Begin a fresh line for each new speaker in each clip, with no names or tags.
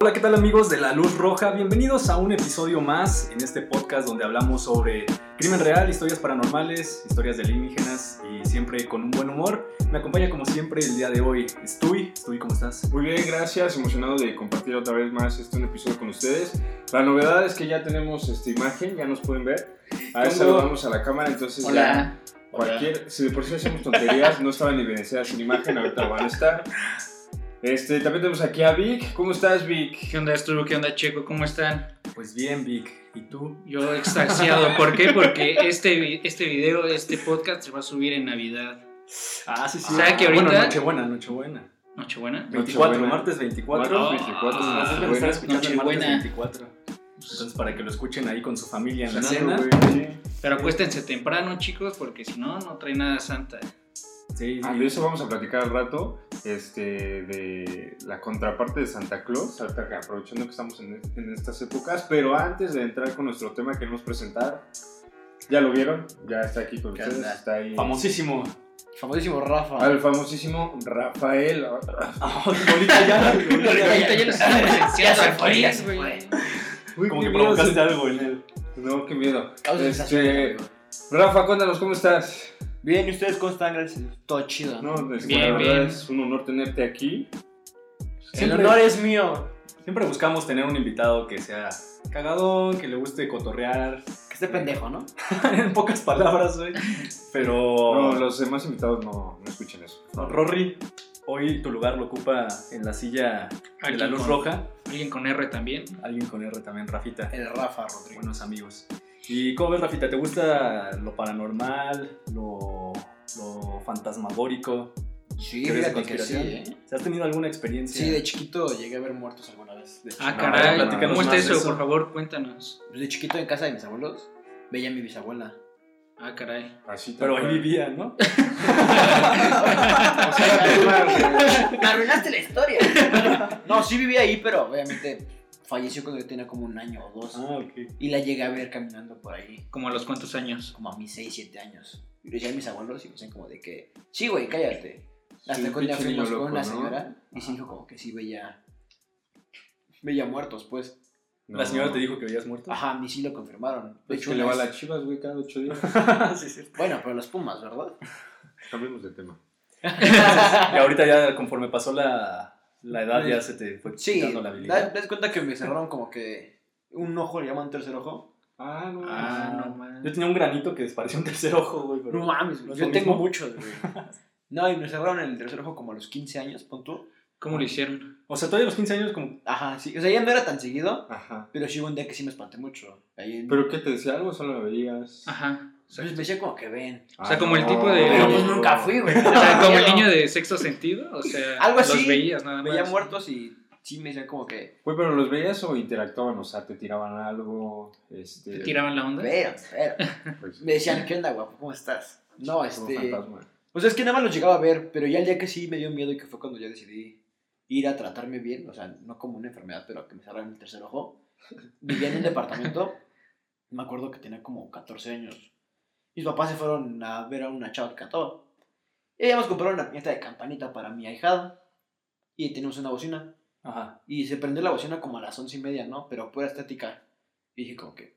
Hola, ¿qué tal amigos de La Luz Roja? Bienvenidos a un episodio más en este podcast donde hablamos sobre crimen real, historias paranormales, historias de alienígenas y siempre con un buen humor. Me acompaña como siempre el día de hoy Stuy. Stuy, ¿cómo estás?
Muy bien, gracias. Emocionado de compartir otra vez más este un episodio con ustedes. La novedad es que ya tenemos esta imagen, ya nos pueden ver. A ver,
Tengo-
saludamos a la cámara, entonces ya
Hola.
cualquier... Si de por sí hacemos tonterías, no estaban evidenciadas sin imagen, ahorita van a estar. Este, también tenemos aquí a Vic. ¿Cómo estás, Vic?
¿Qué onda, Estuvo? ¿Qué onda, Checo? ¿Cómo están?
Pues bien, Vic. ¿Y tú?
Yo extasiado. ¿Por qué? Porque este, vi- este video, este podcast se va a subir en Navidad.
Ah, sí, sí.
O sea, que
Bueno,
ahorita-
Nochebuena, Nochebuena.
¿Nochebuena?
24,
Nochebuena.
martes 24.
Martes
Ah,
24,
ah,
martes
Ustedes lo
buena.
están escuchando el martes
Nochebuena.
24. Entonces, para que lo escuchen ahí con su familia en la
Cenando,
cena.
güey.
Pero acuéstense temprano, chicos, porque si no, no trae nada santa.
Sí,
Ah, de
sí.
eso vamos a platicar al rato, este, de la contraparte de Santa Claus, ahorita que aprovechando que estamos en, e-, en estas épocas, pero antes de entrar con nuestro tema que queremos presentar, ya lo vieron, ya está aquí con
¿Qué
ustedes,
onda?
está ahí
Famosísimo.
Famosísimo Rafa.
al famosísimo Rafael,
Ah, ahorita ya. ahorita ya.
ya los están presenciando
Ya se
aquí,
fue, ya se
güey.
Uy,
Como
qué
que
miedo,
provocaste algo en él.
no, qué miedo,
Causa sensación,
este,
amigo.
Rafa, cuéntanos, ¿cómo estás?
Bien, ¿y ustedes cómo están? Gracias. Todo chido.
No, es que
Bien,
la verdad
bien.
es un honor tenerte aquí,
El
Siempre-
honor es mío.
Siempre buscamos tener un invitado que sea cagadón, que le guste cotorrear,
Que esté pendejo, ¿no?
en pocas palabras, güey. Pero,
no, los demás invitados no, no escuchen eso,
no, Rory, hoy tu lugar lo ocupa en la silla de la
Alguien
luz
con-
roja.
Alguien con R también.
Alguien con R también, Rafita.
El Rafa Rodríguez.
Buenos amigos. ¿Y cómo ves, Rafita? ¿Te gusta lo paranormal, lo, lo fantasmagórico?
Sí,
¿Teorías de
fíjate que sí,
conspiración?
¿eh?
¿Has tenido alguna experiencia?
Sí, de chiquito llegué a ver muertos alguna vez. De,
Ah,
No,
caray.
platícanos
¿Cómo está
más de
eso?
eso.
Por favor, cuéntanos.
de chiquito en casa de mis abuelos veía a mi bisabuela.
Ah, caray.
así tal
Pero ahí
cual.
vivía, ¿no?
O sea, la misma-
Me arruinaste la historia. no, sí vivía ahí, pero obviamente falleció cuando yo tenía como un año o dos.
Ah, ok.
Y la llegué a ver caminando por ahí,
¿Como a los cuántos años?
como a mis 6, 7 años. Y lo decía a mis abuelos y me decían como de que, sí, güey, cállate. Hasta
Sí,
que un día
pinche
fuimos
niño
con una
loco, ¿no?
señora y se dijo como que sí veía. Veía muertos, pues.
¿La señora te dijo que habías muerto?
Ajá, y sí lo confirmaron. De
Es
hecho,
que le
una
va a
vez-
las chivas, güey, cada ocho días.
sí, sí.
Bueno, pero los Pumas, ¿verdad?
Cambiemos de tema.
Y ahorita ya, conforme pasó la, la edad, ya se te fue
Sí.
quitando la habilidad.
da- das cuenta que me cerraron como que un ojo, le llaman tercer ojo.
Ah, no.
Ah, no
Yo
man.
tenía un granito que despareció un tercer ojo, güey. pero-
No mames, güey,
¿No es
yo
lo
tengo
mismo?
muchos, güey. No, y me cerraron el tercer ojo como a los 15 años, pon tú.
¿Cómo lo hicieron?
O sea, todavía a los 15 años como...
Ajá, sí. O sea, ya no era tan seguido,
Ajá.
pero sí hubo un día que sí me espanté mucho. Ahí en-
¿Pero qué te decía algo? Solo la veías.
Ajá.
Pues me decía como que ven.
Ah,
sea, como el tipo de-
Pero
no.
pues nunca fui, güey.
O sea, como el niño de sexto sentido, o sea,
Algo así.
los veías nada más.
Veía muertos y sí me decía como que.
Güey, pero los veías o interactuaban, o sea, te tiraban algo. Este.
Te tiraban la onda.
Pero, pero.
pues,
Me decían, ¿qué onda, guapo? ¿Cómo estás? No,
como
este.
fantasma.
O sea, es que nada más los llegaba a ver, pero ya el día que sí me dio miedo y que fue cuando ya decidí ir a tratarme bien, o sea, no como una enfermedad, pero que me cerraran el tercer ojo. Vivía en un departamento, me acuerdo que tenía como 14 años. Mis papás se fueron a ver a una chava que cantaba. Y ella nos compró una piñata de campanita para mi ahijado. Y tenemos una bocina.
Ajá.
Y se prendió la bocina como a las once y media, ¿no? Pero pura estética. Y dije como que...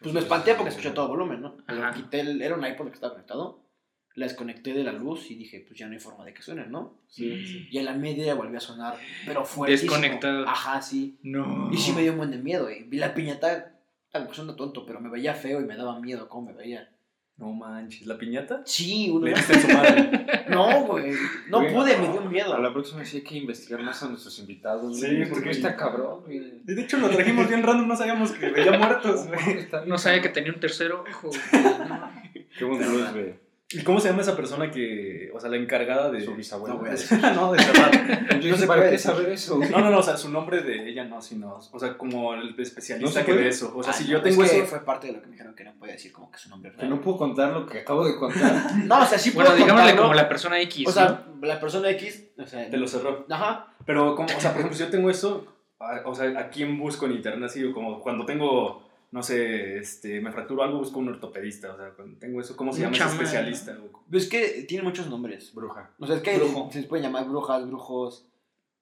Pues me espanté porque escuché todo volumen, ¿no? Pero
Ajá.
quité el... Era un iPod que estaba conectado. La desconecté de la luz y dije, pues ya no hay forma de que suene, ¿no?
Sí, sí.
Y a la media volvió a sonar, pero fuertísimo.
Desconectado.
Ajá, sí.
No.
Y sí me dio un buen de miedo. Y vi la piñata, algo suena tonto, pero me veía feo y me daba miedo cómo me veía.
No manches, ¿la piñata?
Sí,
Le
uno...
diste en su madre.
No, güey. No
Güey,
pude, me dio miedo.
A la próxima sí hay que investigar más a nuestros invitados.
Sí,
güey.
porque-
está cabrón, güey.
De hecho, lo trajimos bien random, no sabíamos que veía muertos, güey.
Está bien.
No sabía que tenía un tercer ojo.
Qué buen plus, güey.
¿Y cómo se llama esa persona que... O sea, la encargada de...
Su bisabuela.
No, güey.
no, de cerrar.
Yo dije,
se
¿para
puede.
qué saber eso? güey?
No, no, no, o sea, su nombre de ella no, sino... O sea, como el especialista
No se
que
puede.
ve eso. O sea,
Ay,
si
Ah, no,
yo
es
tengo
que
eso...
fue parte de lo que me dijeron que no podía decir como que su nombre
Que
real.
no puedo contar lo que acabo de contar.
No, o sea, sí
Bueno,
puedo
digámosle
contarlo.
como la persona X.
O sea, la persona X, o sea,
Te lo cerró.
ajá,
Pero, como, o sea, por ejemplo, si yo tengo eso, a- o sea, ¿a quién busco en internet? Así como cuando tengo, no sé, este, me fracturo algo, busco un ortopedista. O sea, cuando tengo eso, ¿cómo se
Un
llama
chamán.
ese especialista?
Pero es pues que tiene muchos nombres.
Bruja.
O sea, es que
Brujo.
se les pueden llamar brujas, brujos,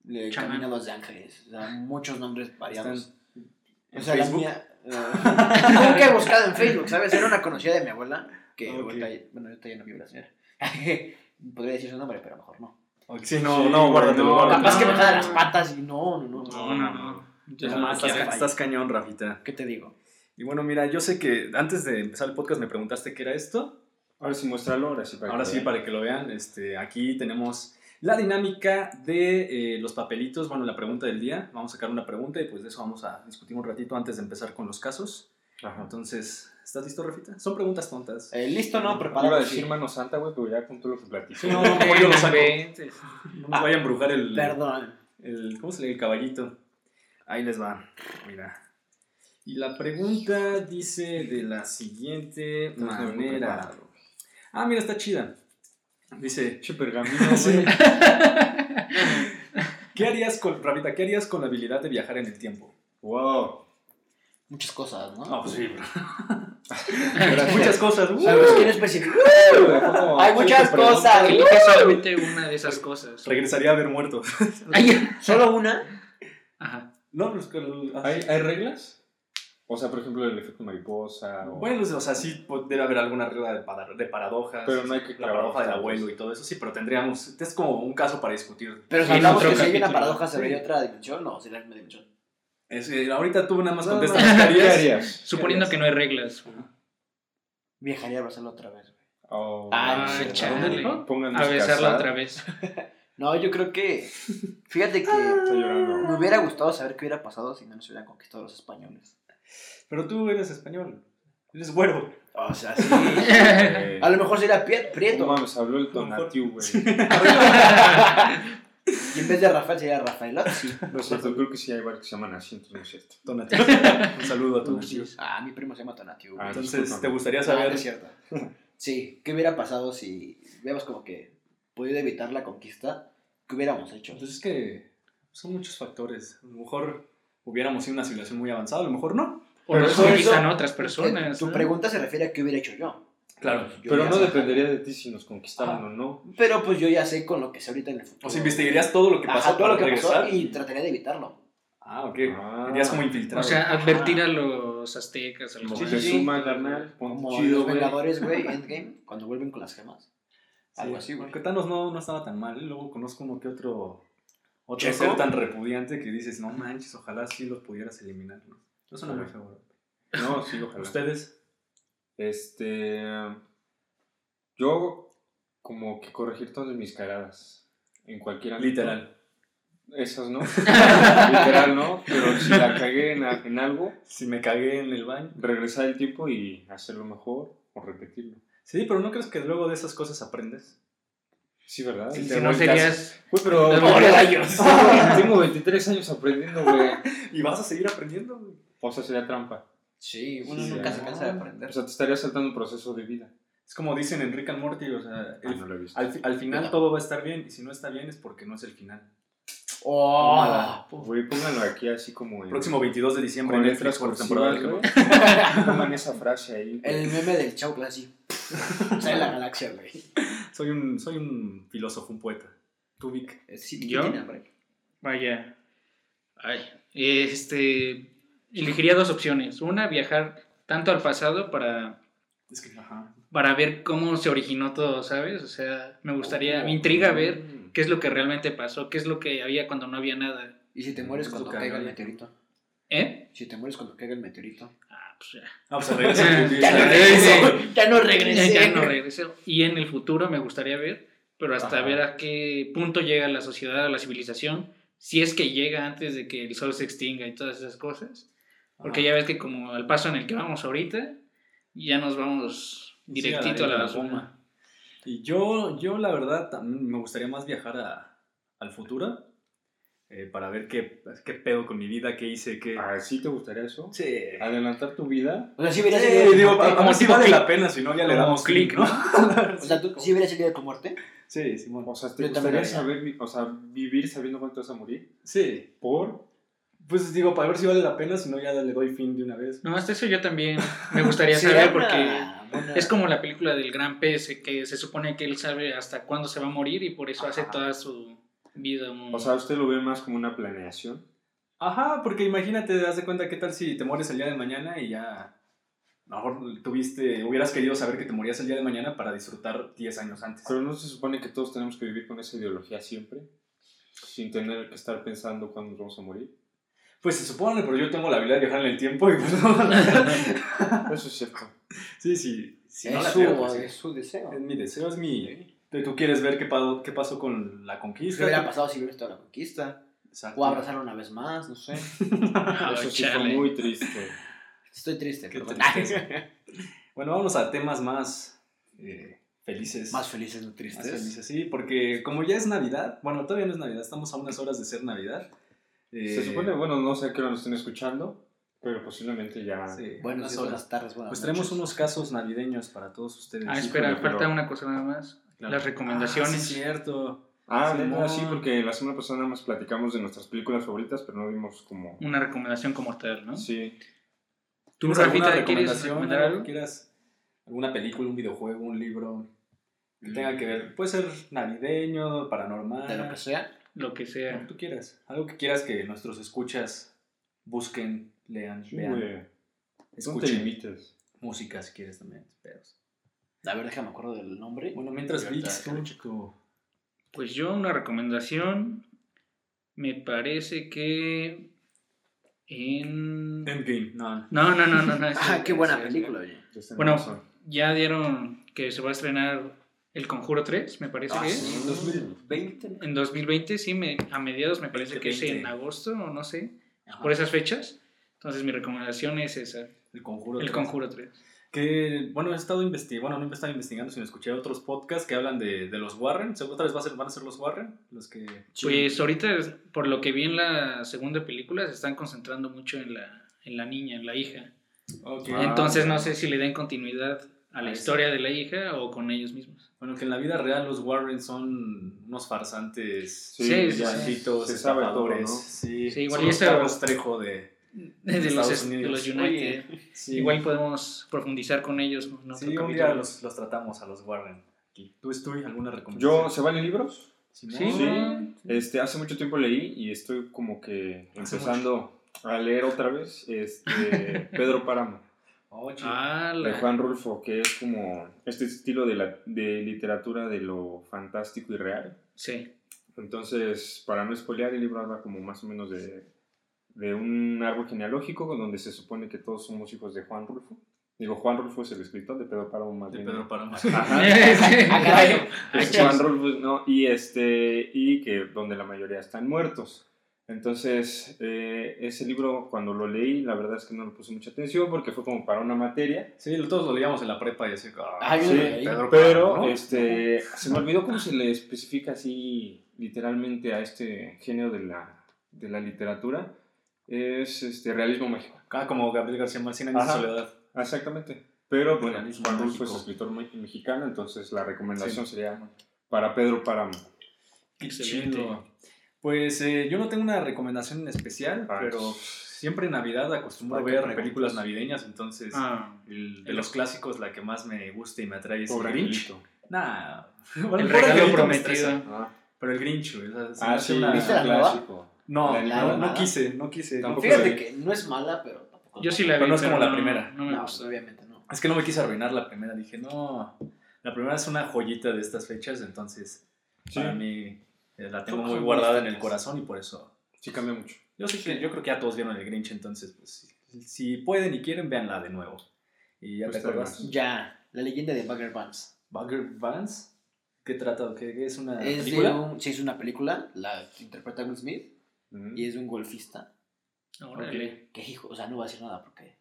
Le
Chamán.
Camino a los Ángeles. O sea, muchos nombres variados.
en
o sea, la
Facebook.
mía. eh, Nunca he buscado en Facebook, ¿sabes? Era una conocida de mi abuela. Que
Ok.
ahorita ya- bueno, ahorita ya no vive la señora. Podría decir su nombre, pero mejor no.
Ok, Sí, no,
Sí,
no,
güey,
guárdatelo.
no,
guárdatelo.
Capaz que me
no,
jala
no,
las
no.
patas y no, no, no.
No, no, no. Ya
No,
es magia.
estás, estás cañón, Rafita.
¿Qué te digo?
Y bueno, mira, yo sé que antes de empezar el podcast me preguntaste qué era esto.
Ahora sí, muéstralo, ahora sí. Para
Ahora
que
sí,
vean.
para que lo vean, este, aquí tenemos la dinámica de eh, los papelitos, bueno, la pregunta del día. Vamos a sacar una pregunta y pues de eso vamos a discutir un ratito antes de empezar con los casos.
Ajá.
Entonces, ¿estás listo, Refita? Son preguntas tontas.
Eh, Listo, no,
Iba a
preparado.
decir
sí.
mano santa, güey, pero ya con todo lo que platico.
Sí, no, no, como yo lo saco.
inventes.
No me vayan a embrujar el,
Perdón.
el- ¿Cómo se le dice? El caballito. Ahí les va. Mira. Y la pregunta dice de la siguiente manera. Ah, mira, está chida. Dice,
Che pergamino, güey.
Sí. ¿Qué harías con, Rafita, qué harías con la habilidad de viajar en el tiempo?
Wow.
Muchas cosas, ¿no?
Ah.
pues sí,
Gracias.
Muchas cosas.
O sea,
¡uh!
los quiero especificar.
Como-
Hay muchas
Che, perdón.
cosas.
Elige solamente una de esas cosas.
Regresaría a haber muerto.
Ay.
Solo una.
Ajá.
No, pues, que el-
¿Hay, ¿Hay reglas? O sea, por ejemplo, el efecto mariposa. O...
Bueno, o sea, sí po- debe haber alguna regla de, para- de paradojas.
Pero no hay que
La
clavar
paradoja del
tantos.
abuelo y todo eso, sí, pero tendríamos. Este es como un caso para discutir.
Pero
Sí,
si hablamos
otro
que si hay una
capítulo.
paradoja, ¿se
Sí.
vería otra dimensión? No, sería la misma dimensión.
Es, eh, ahorita tú nada más
No, no,
contestas.
no,
¿qué
¿Qué
harías?
harías?
Suponiendo que no hay reglas.
Viajaría a abrazarla otra vez. güey.
Oh,
Ah,
no sé,
chale.
¿dónde dijo? Pongan
A besarla otra vez.
No, yo creo que. Fíjate que.
Estoy llorando.
Me hubiera gustado saber qué hubiera pasado si no nos hubieran conquistado los españoles.
Pero tú eres español. Eres güero.
O sea, sí.
Eh,
A lo mejor sería Pie-
No
Prieto.
mames, habló el Tonatiu, güey.
Y en vez de Rafael sería Rafael sí.
No es cierto, creo que sí hay varios que se llaman así, entonces no es cierto.
Tonatiuh. Un saludo a Tonatiuh.
Ah, mi primo se llama Tonatiu.
Ah,
güey.
Entonces, ¿te
discúlpame.
gustaría
Ah, no
saber?
es cierto. Sí, ¿qué hubiera pasado si hubiéramos como que podido evitar la conquista? ¿Qué hubiéramos hecho?
Entonces Pues es que son muchos factores. A lo mejor hubiéramos sido una civilización muy avanzada, a lo mejor no.
O
Pero
nos
eso-
conquistan
eso-
otras personas.
Eh, tu
¿no?
pregunta se refiere a qué hubiera hecho yo.
Claro.
Yo
Pero
ya
no
sé.
dependería de ti si nos conquistaban
Ah.
o no.
Pero pues yo ya sé con lo que sé ahorita en el futuro.
O sea, investigarías todo lo que pasó
Ajá, todo lo
para
que pasó
regresar.
y trataría de evitarlo.
Ah, ok.
Ah.
Irías como infiltrado.
O sea, advertir a los aztecas, a los
Sí,
sí, sí.
Moctezuma, carnal, ponte
Como
chido,
los
güey.
Vengadores, güey, Endgame, cuando vuelven con las gemas.
Sí.
Algo así, güey.
Porque Thanos no, no estaba tan mal. ¿eh? Luego conozco uno que otro, otro
¿Checo?
ser tan repudiante que dices, no manches, ojalá sí los pudieras eliminar. ¿no? No suena muy
Ojalá.
feo.
No, sí, ojalá.
¿Ustedes?
Este. Yo, como que corregir todas mis cagadas. En cualquier ámbito.
Literal.
Esas no. Literal no. Pero si la cagué en, a- en algo,
Si me cagué en el baño.
regresar el tiempo y hacerlo mejor o repetirlo.
Sí, pero ¿no crees que luego de esas cosas aprendes?
Sí, ¿verdad?
Si
Y te
si no
volteas.
serías.
Güey, pero.
Te volteas.
Tengo 23 años aprendiendo, güey.
Y vas a seguir aprendiendo, güey.
O sea, sería trampa.
Sí, uno
Sí,
nunca
sí.
se cansa de
O
aprender.
sea, te estarías saltando un proceso de vida.
Es como dicen en Rick and Morty, o sea, el-
lo he visto.
al, fi- al final todo va a estar bien y si no está bien es porque no es el final.
¡Oh!
Güey, pónganlo aquí así como en.
Próximo 22 de diciembre
con
en Netflix
letras
por temporada
cursivas,
del
güey.
Gemón.
Pongan esa frase ahí.
El meme del Chau así. Sale la galaxia, güey.
Soy un, soy un filósofo, un poeta. Tú, Vic.
Sí, ¿quién
¿Yo?
tiene hambre?
Vaya. Ay. Este. Elegiría dos opciones. Una, viajar tanto al pasado para,
Es que, ajá.
para ver cómo se originó todo, ¿sabes? O sea, me gustaría, me
Mm.
intriga ver qué es lo que realmente pasó, qué es lo que había cuando no había nada.
Y si te mueres
Es
cuando
lo que
caiga el
haga.
meteorito.
¿Eh?
Si te mueres cuando caiga el meteorito.
Ah, pues ya.
Ah, pues regresa el
Ya no
futuro.
regresé.
Ya no
Ya no regreso. Y en el futuro me gustaría ver, pero hasta
Ajá.
ver a qué punto llega la sociedad o la civilización, si es que llega antes de que el sol se extinga y todas esas cosas. Porque
Ajá.
ya ves que como al paso en el que vamos ahorita, ya nos vamos
Sí,
directito a la,
goma.
goma.
Y yo, yo la verdad, también me gustaría más viajar a- al futuro eh, para ver qué, qué pedo con mi vida, qué hice, qué...
Ah, ¿sí te gustaría eso?
sí.
Adelantar tu vida.
O sea, si hubieras
Sí, digo, a- a ver si
sido
vale la pena, si no ya le
Como
damos clic,
clic,
¿no?
O sea, tú si hubieras el día de tu muerte.
Sí, Simón.
O sea, ¿te
Yo
gustaría
también haría.
saber, vi- o sea, vivir sabiendo cuánto vas a morir?
Sí.
¿Por?
Pues digo, para ver si vale la pena, si no ya le doy fin de una vez.
No, hasta eso yo también me gustaría saber
Sería
porque
una buena-
es como la película del gran pez que se supone que él sabe hasta cuándo se va a morir y por eso hace
Ajá.
toda su vida. un-
O sea, usted lo ve más como una planeación.
Ajá, porque imagínate, haz de cuenta qué tal si te mueres el día de mañana y ya. A lo mejor tuviste, hubieras querido saber que te morías el día de mañana para disfrutar 10 años antes.
Pero no se supone que todos tenemos que vivir con esa ideología siempre, sin tener que estar pensando cuándo nos vamos a morir.
Pues se supone, pero yo tengo la habilidad de viajar en el tiempo y pues no.
Eso es cierto.
sí, sí. Si no
es,
la
su,
tengo, pues,
es su deseo.
Es mi deseo, es mi. Tú quieres ver qué, pa- qué pasó con la
¿Qué
conquista.
hubiera pasado si hubiera estado la conquista?
Exacto.
O abrazar una vez más, no sé.
Ah,
Eso sí fue
chale.
muy triste.
Estoy triste.
Qué
perdón.
tristeza. Bueno, vamos a temas más eh, felices.
Más felices, no tristes.
Más felices, sí, porque como ya es Navidad, bueno, todavía no es Navidad, estamos a unas horas de ser Navidad. Eh,
Se supone, bueno, no sé a qué hora nos estén escuchando, pero posiblemente ya.
sí, unas
Buenos
horas.
días, buenas tardes, buenas
Pues traemos
noches.
unos casos navideños para todos ustedes.
Ah,
sí,
espera,
pero-
falta
pero-
una cosa nada más.
Claro.
Las recomendaciones.
Ah, sí, cierto.
Ah,
Sí,
neta,
no.
sí, porque la semana pasada nada más platicamos de nuestras películas favoritas, pero no vimos como.
Una recomendación como tal, ¿no?
Sí.
¿Tú,
¿Tienes
Rafita,
alguna
quieres
recomendación?
recomendar
algo que
algo?
quieras? ¿Alguna película, un videojuego, un libro? Que tenga que ver, puede ser navideño, paranormal,
De lo que sea.
Mm. Lo que
lo que
sea.
tú quieras. Algo que quieras que nuestros escuchas busquen, lean,
Sí,
vean,
güey. No te
escuchen.
limites.
música si quieres también, pedos.
A ver, déjame acuerdo del nombre.
Bueno, mientras
Y ahorita
Vix, tú,
déjalo
chico.
Pues yo una recomendación me parece que en...
Endgame, no.
No, no, no, no. no es-
Ah, qué buena
es-
película, oye.
Desde
Bueno,
marzo.
Ya dieron que se va a estrenar El Conjuro 3, me parece
Ah,
que
sí,
es.
2020. ¿no?
En 2020, sí, me, a mediados me parece que es en
2020.
agosto o no sé,
Ajá.
por esas fechas. Entonces mi recomendación es esa,
El conjuro.
El
tres.
Conjuro 3.
Que, bueno, he estado investigando, bueno, no he estado investigando, sino escuché otros podcasts que hablan de, de los Warren. Seguro otra vez va a ser- van a ser los Warren, los que...
Pues ahorita, es- por lo que vi en la segunda película, se están concentrando mucho en la, en la niña, en la hija.
Ok.
Ah.
Entonces no sé si le den continuidad a la
Ahí sí.
historia de la hija o con ellos mismos.
Bueno, que en la vida real los Warren son unos farsantes...
Sí,
sí, sí,
Malditos,
Se sabe todo,
estafadores.
¿no?
Sí,
Sí, igual
son
y
los
esa-
Carlos Trejo de...
De los,
Estados
de
Unidos.
los United.
Sí.
Igual podemos profundizar con ellos. en otro
Sí, un
capítulo.
día los, los tratamos a los Warren. aquí. ¿Tú, Stuy, alguna recomendación?
Yo, ¿se valen libros?
Sí,
Sí,
Sí.
¿no?
Este, hace mucho tiempo leí y estoy como que
Hace
empezando a leer otra vez este, Pedro Páramo
Oh, chido.
Ah,
de
la-
Juan Rulfo, que es como este estilo de, la, de literatura de lo fantástico y real.
Sí.
Entonces, para no spoilear, el libro habla como más o menos de, de un árbol genealógico donde se supone que todos somos hijos de Juan Rulfo. Digo, Juan Rulfo es el escritor de Pedro Páramo más
de
bien.
Pedro Paramo.
Ajá.
Ah,
Sí.
caray.
Es
Achas.
Juan Rulfo, ¿no? Y, este, y que donde la mayoría están muertos. Entonces, eh, ese libro cuando lo leí, la verdad es que no le puse mucha atención porque fue como para una materia.
Sí, lo- todos lo leíamos en la prepa y así. ah,
Ah, yo
sí,
lo leí.
Pedro
Pero
Páramo, ¿no?
este, se me olvidó cómo se le especifica así literalmente a este género de la, de la literatura. Es este, realismo mágico.
Ah, como Gabriel García Marcina en
Ajá.
soledad.
Exactamente. Pero bueno,
Realismo
Juan Rulfo es
mágico.
escritor me- mexicano, entonces la recomendación
Sí.
sería para Pedro Páramo.
Qué
Excelente.
chido. Pues eh, yo no tengo una recomendación en especial,
Ah,
pero siempre en Navidad acostumbro a
¿Para
ver
qué preguntas?
películas navideñas, entonces
Ah,
el- de
el-
los clásicos la que más me gusta y me atrae es
Pobre
el Grinch.
angelito.
Nah,
el
pobre
regalo
angelito me
prometido.
estresa,
Ah.
Pero el Grinch, o sea, se me
Ah,
hace
sí,
una-
¿Viste la-
No,
La-
no,
la
no
animada?
quise, no quise.
Tampoco
no quise.
Fíjate que no es mala, pero tampoco.
Yo sí la vi.
Pero no es como la primera.
No, me
No,
gustó.
obviamente no.
Es que no me quise arruinar la primera, dije, no, la primera es una joyita de estas fechas, entonces
Sí.
para mí eh, la tengo
Son-
muy
son
guardada en
buenas.
el corazón y por eso.
Sí, cambia mucho.
Yo sé que yo creo que ya todos vieron el Grinch, entonces pues si, si pueden y quieren, véanla de nuevo. ¿Y ya
Pues
te
está
acuerdas?
Ya, la leyenda de Bugger Vance.
¿Bugger Vance? ¿Qué trata? ¿Qué, qué es una
Es
película?
de un. Sí, es una película, la interpreta Will Smith y es de un golfista.
Órale.
Que hijo, o sea, no voy a decir nada porque.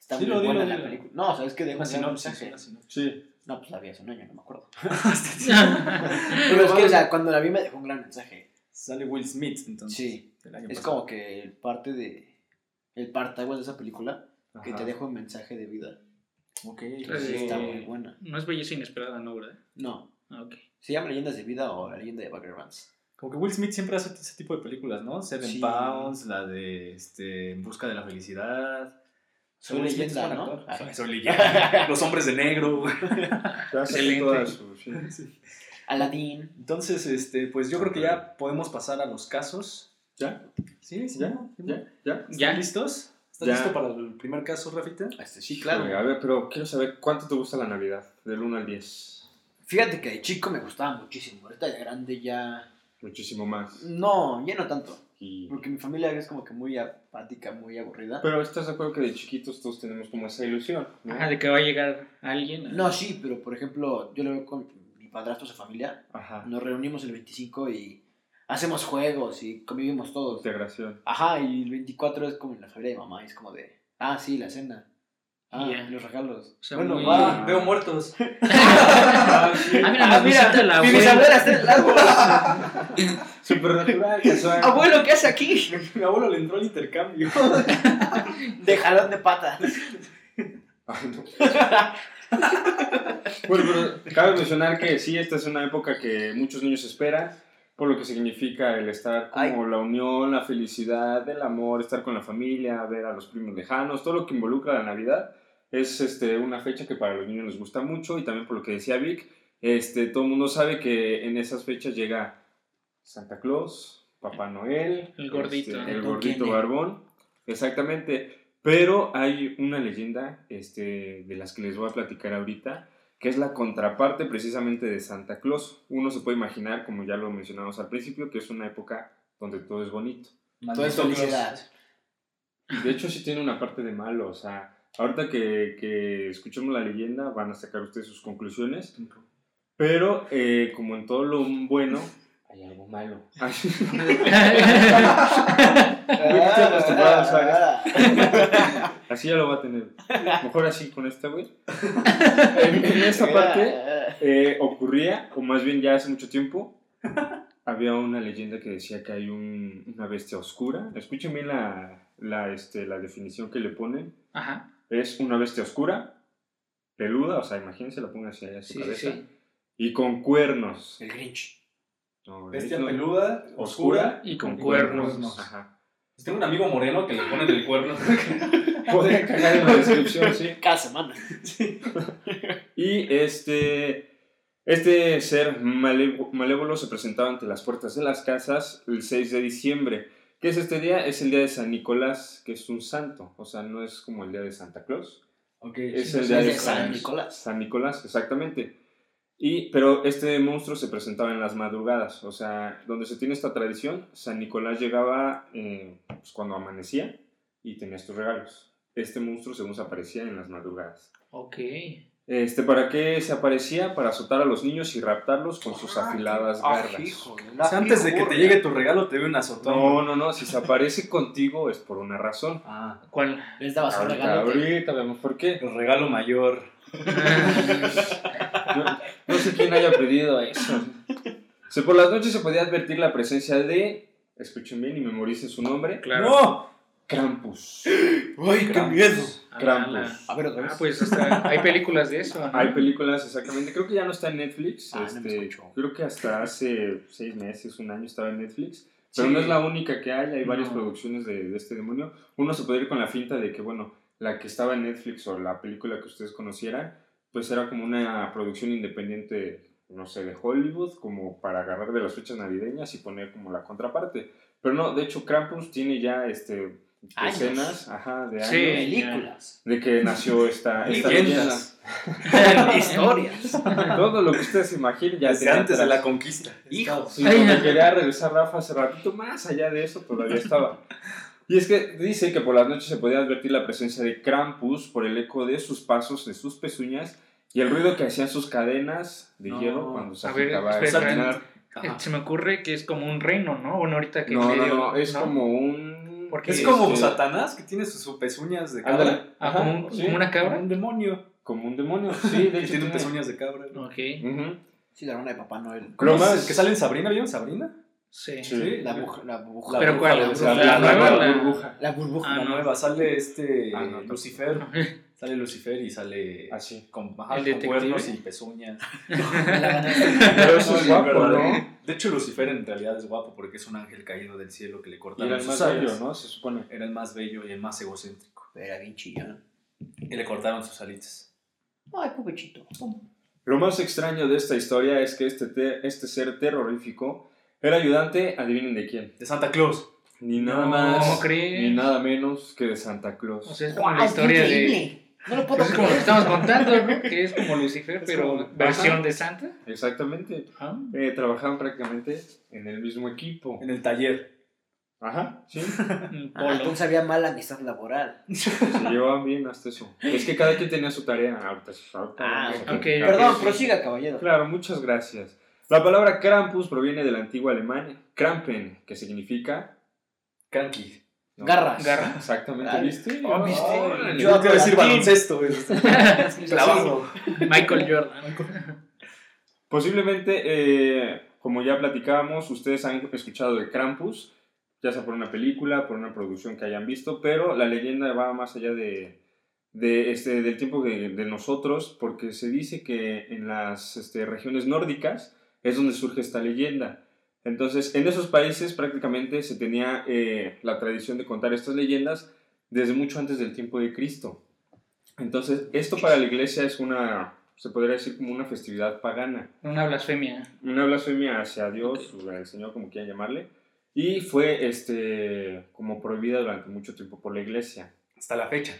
Está
Sí,
muy
lo di,
buena
lo
la
di.
película. No, o sea, es que deja
Una
un gran
sinopsis,
mensaje.
una sinopsis.
Sí.
No, pues la vi hace un año, no me acuerdo. Pero
Pero
es que, o sea, cuando la vi me dejó un gran mensaje.
Sale Will Smith, entonces.
Sí.
del año
Es
pasado.
como que el parte de. El partaguas de esa película que te
Ajá.
deja un mensaje de vida.
Ok.
Entonces,
Sí.
está muy buena.
No es belleza inesperada, ¿no, verdad?
No,
Ah, ok.
se llama Leyendas de Vida o La Leyenda de Bugger Vance.
Como que Will Smith siempre hace ese tipo de películas, ¿no? Seven
Sí.
Pounds, la de este, En busca de la felicidad.
Soy
Will Smith es
leyenda,
buen
¿no?
actor.
Ah.
Soy, soy leyenda. Los hombres de negro, güey.
Te hace
Excelente.
todas sus- sí.
Aladdin.
Entonces, este, pues yo creo que ya podemos pasar a los casos.
¿Ya?
¿Sí? sí,
¿Ya? ¿Ya? ¿Ya?
¿Están
Ya.
listos? ¿Estás
Ya.
listo para el primer caso, Rafita?
Este, sí, claro.
Híjole, A ver, pero quiero saber, ¿cuánto te gusta la Navidad? Del 1 al 10.
Fíjate que de chico me gustaba muchísimo. Ahorita de grande ya.
Muchísimo más.
Mm. No, ya no tanto.
Y...
Porque mi familia es como que muy apática, muy aburrida.
Pero estás de acuerdo que de chiquitos todos tenemos como esa ilusión, ¿no?
Ajá, Ah, de que va a llegar alguien. Ah, a-
No, sí, pero por ejemplo, yo lo veo con mi padrastro, su familia.
Ajá.
Nos reunimos el 25 y hacemos juegos y convivimos todos.
Integración.
Ajá, y el 24 es como en la familia de mamá. Y es como de. Ah, sí, la cena. Ah,
Ya.
y los regalos.
O sea,
bueno,
muy-
va.
Ah, veo muertos.
Ah, sí.
Ah, mira, nos visita la
mi
abuela.
bisabuela está en el árbol.
Supernatural, casual.
Abuelo, ¿qué hace aquí?
Mi abuelo le entró al intercambio.
De jalón de pata.
Ah, no. bueno, pero cabe mencionar que sí, esta es una época que muchos niños esperan, por lo que significa el estar como la unión, la felicidad, el amor, estar con la familia, ver a los primos lejanos, todo lo que involucra la Navidad. Es este, una fecha que para los niños les gusta mucho y también por lo que decía Vic, este, todo el mundo sabe que en esas fechas llega Santa Claus, Papá Noel,
El gordito.
este, el
¿Con
gordito
quién, eh?
barbón, exactamente. Pero hay una leyenda este, de las que les voy a platicar ahorita, que es la contraparte precisamente de Santa Claus. Uno se puede imaginar, como ya lo mencionamos al principio, que es una época donde todo es bonito.
Todo es felicidad.
Y de hecho sí tiene una parte de malo, o sea, ahorita que, que escuchemos la leyenda van a sacar ustedes sus conclusiones, pero eh, como en todo lo bueno... Hay algo malo. así ya lo va a tener. Mejor así con esta, güey. En- en esa parte... Eh, ocurría, o más bien ya hace mucho tiempo, había una leyenda que decía que hay un- una bestia oscura. Escuchen bien la, la, este, la definición que le ponen.
Ajá.
Es una bestia oscura, peluda, o sea, imagínense, la pongan hacia allá su
Sí, sí,
cabeza.
sí.
Y con cuernos.
El Grinch.
No,
Bestia
no,
peluda, oscura.
Y con cuernos.
Ajá.
Pues Tengo un amigo moreno que le ponen el cuerno.
Podría cagar en la descripción, sí.
Cada semana.
Y este, este ser malevo- malévolo se presentaba ante las puertas de las casas el 6 de diciembre. ¿Qué es este día? Es el día de San Nicolás, que es un santo. O sea, no es como el día de Santa Claus.
ok,
Es
sí,
el
sí,
día
sí,
de
sí.
San Nicolás.
San Nicolás, exactamente. Y, pero este monstruo se presentaba en las madrugadas. O sea, donde se tiene esta tradición, San Nicolás llegaba eh, pues, cuando amanecía y tenía estos regalos. Este monstruo, según se aparecía, en las madrugadas.
Ok.
Este, ¿Para qué se aparecía? Para azotar a los niños y raptarlos con sus afiladas garras.
O sea, antes de que te llegue tu regalo, te ve una azotón.
No, no, no, si se aparece contigo es por una razón.
Ah,
¿Cuál?
Les dabas un
Ahorita,
regalo.
ahorita vemos por qué.
el regalo mayor.
No, no sé quién haya pedido eso. Se- por las noches se podía advertir la presencia de, escuchen bien y memoricen su nombre,
claro.
¡No!
Krampus.
¡Ay,
Krampus.
Ah,
A la- a la-
Krampus.
A ver, otra
Ah,
vez.
pues hasta hay películas de eso. ¿no?
Hay películas, exactamente. Creo que ya no está en Netflix.
Ah, no me
este,
escucho.
creo que hasta hace seis meses, un año estaba en Netflix. Pero
Sí.
no es la única que hay, hay varias
No.
producciones de, de este demonio. Uno se puede ir con la finta de que, bueno, la que estaba en Netflix o la película que ustedes conocieran, pues era como una producción independiente, no sé, de Hollywood, como para agarrar de las fechas navideñas y poner como la contraparte. Pero no, de hecho, Krampus tiene ya este,
Años.
decenas ajá, de años
Sí.
Películas.
de que nació esta, esta leyenda.
Leyendas.
Historias.
Todo lo que ustedes se imaginen ya
Desde
tenía
antes de
atrás.
la conquista.
Hijos.
Sí, porque quería regresar Rafa hace ratito, más allá de eso todavía estaba. Y es que dice que por las noches se podía advertir la presencia de Krampus por el eco de sus pasos, de sus pezuñas y el ruido que hacían sus cadenas de
No.
hierro cuando se
A ver,
agitaba a
espera,
caminar.
Eh, Se me ocurre que es como un reino, ¿no? Bueno, ahorita que.
No, no,
medio-
no, es como un...
Porque
Es
este,
como Satanás que tiene sus pezuñas de cabra.
ándale,
Ah,
ajá,
como, un-
sí,
como una cabra.
Un demonio.
como un demonio, sí, de
Que tiene
hecho tiene-
pezuñas de cabra.
Ok.
Ujú.
Sí, la hermana de Papá Noel.
¿Cómo
Cromas.
es el que sale en Sabrina? ¿Vieron Sabrina?
Sí.
Sí.
La burbuja. La burbuja.
¿Pero cuál?
La
O sea,
burbuja.
La
la, la-
nueva,
la
la-
burbuja,
La burbuja.
Ah,
La
no.
nueva. Sale este
Ah, no, no.
Lucifer. Sale Lucifer y sale
así.
con, ajá, con
¿El detective?
cuernos y pezuñas.
Pero eso es
Sí,
guapo,
¿verdad?
¿no?
De hecho, Lucifer en realidad es guapo porque es un ángel caído del cielo que le
Y era
cortaron
el
sus
más
alas.
bello, ¿no? Se supone.
Era el más bello y el más egocéntrico.
Era bien chillón.
Y le cortaron sus alitas.
Ay, pobrecito.
Lo más extraño de esta historia es que este, te- este ser terrorífico era ayudante, adivinen de quién.
De Santa Claus.
Ni nada
No,
más,
¿crees?
ni nada menos que de Santa Claus.
O sea, es como
¡Guau,
la
es
historia de.
increíble! No lo puedo
Pues es como lo que
creer.
estamos contando, ¿no? Que es como Lucifer,
Es
pero
como-
versión
Ajá.
de Santa.
Exactamente.
Ah.
Eh, trabajaban prácticamente en el mismo equipo.
En el taller.
Ajá, sí.
Un
Ah,
Mm, Polo.
entonces había mala amistad laboral.
Se llevaban bien hasta eso. Es que cada quien tenía su tarea. Ahorita se sabe.
Ah,
Ahorita se
ok.
sabe.
Ok,
Claro.
Perdón, prosiga, caballero.
Claro, muchas gracias. La palabra Krampus proviene del antiguo alemán Krampen, que significa...
Cranky.
¿no?
Garras.
Garra.
Exactamente,
Ay.
Ah, ¿viste?
Oh, ¿viste?
Órale.
Yo no quiero decir
Valentín.
baloncesto. es- Trabajo.
Michael Jordan.
Posiblemente, eh, como ya platicábamos, ustedes han escuchado de Krampus, ya sea por una película, por una producción que hayan visto, pero la leyenda va más allá de, de, este, del tiempo que- de nosotros, porque se dice que en las este, regiones nórdicas es donde surge esta leyenda. Entonces, en esos países prácticamente se tenía eh, la tradición de contar estas leyendas desde mucho antes del tiempo de Cristo. Entonces, esto para la iglesia es una, se podría decir como una festividad pagana
Una blasfemia.
una blasfemia hacia Dios, o al Señor, como quieran llamarle, y fue este, como prohibida durante mucho tiempo por la iglesia.
Hasta la fecha.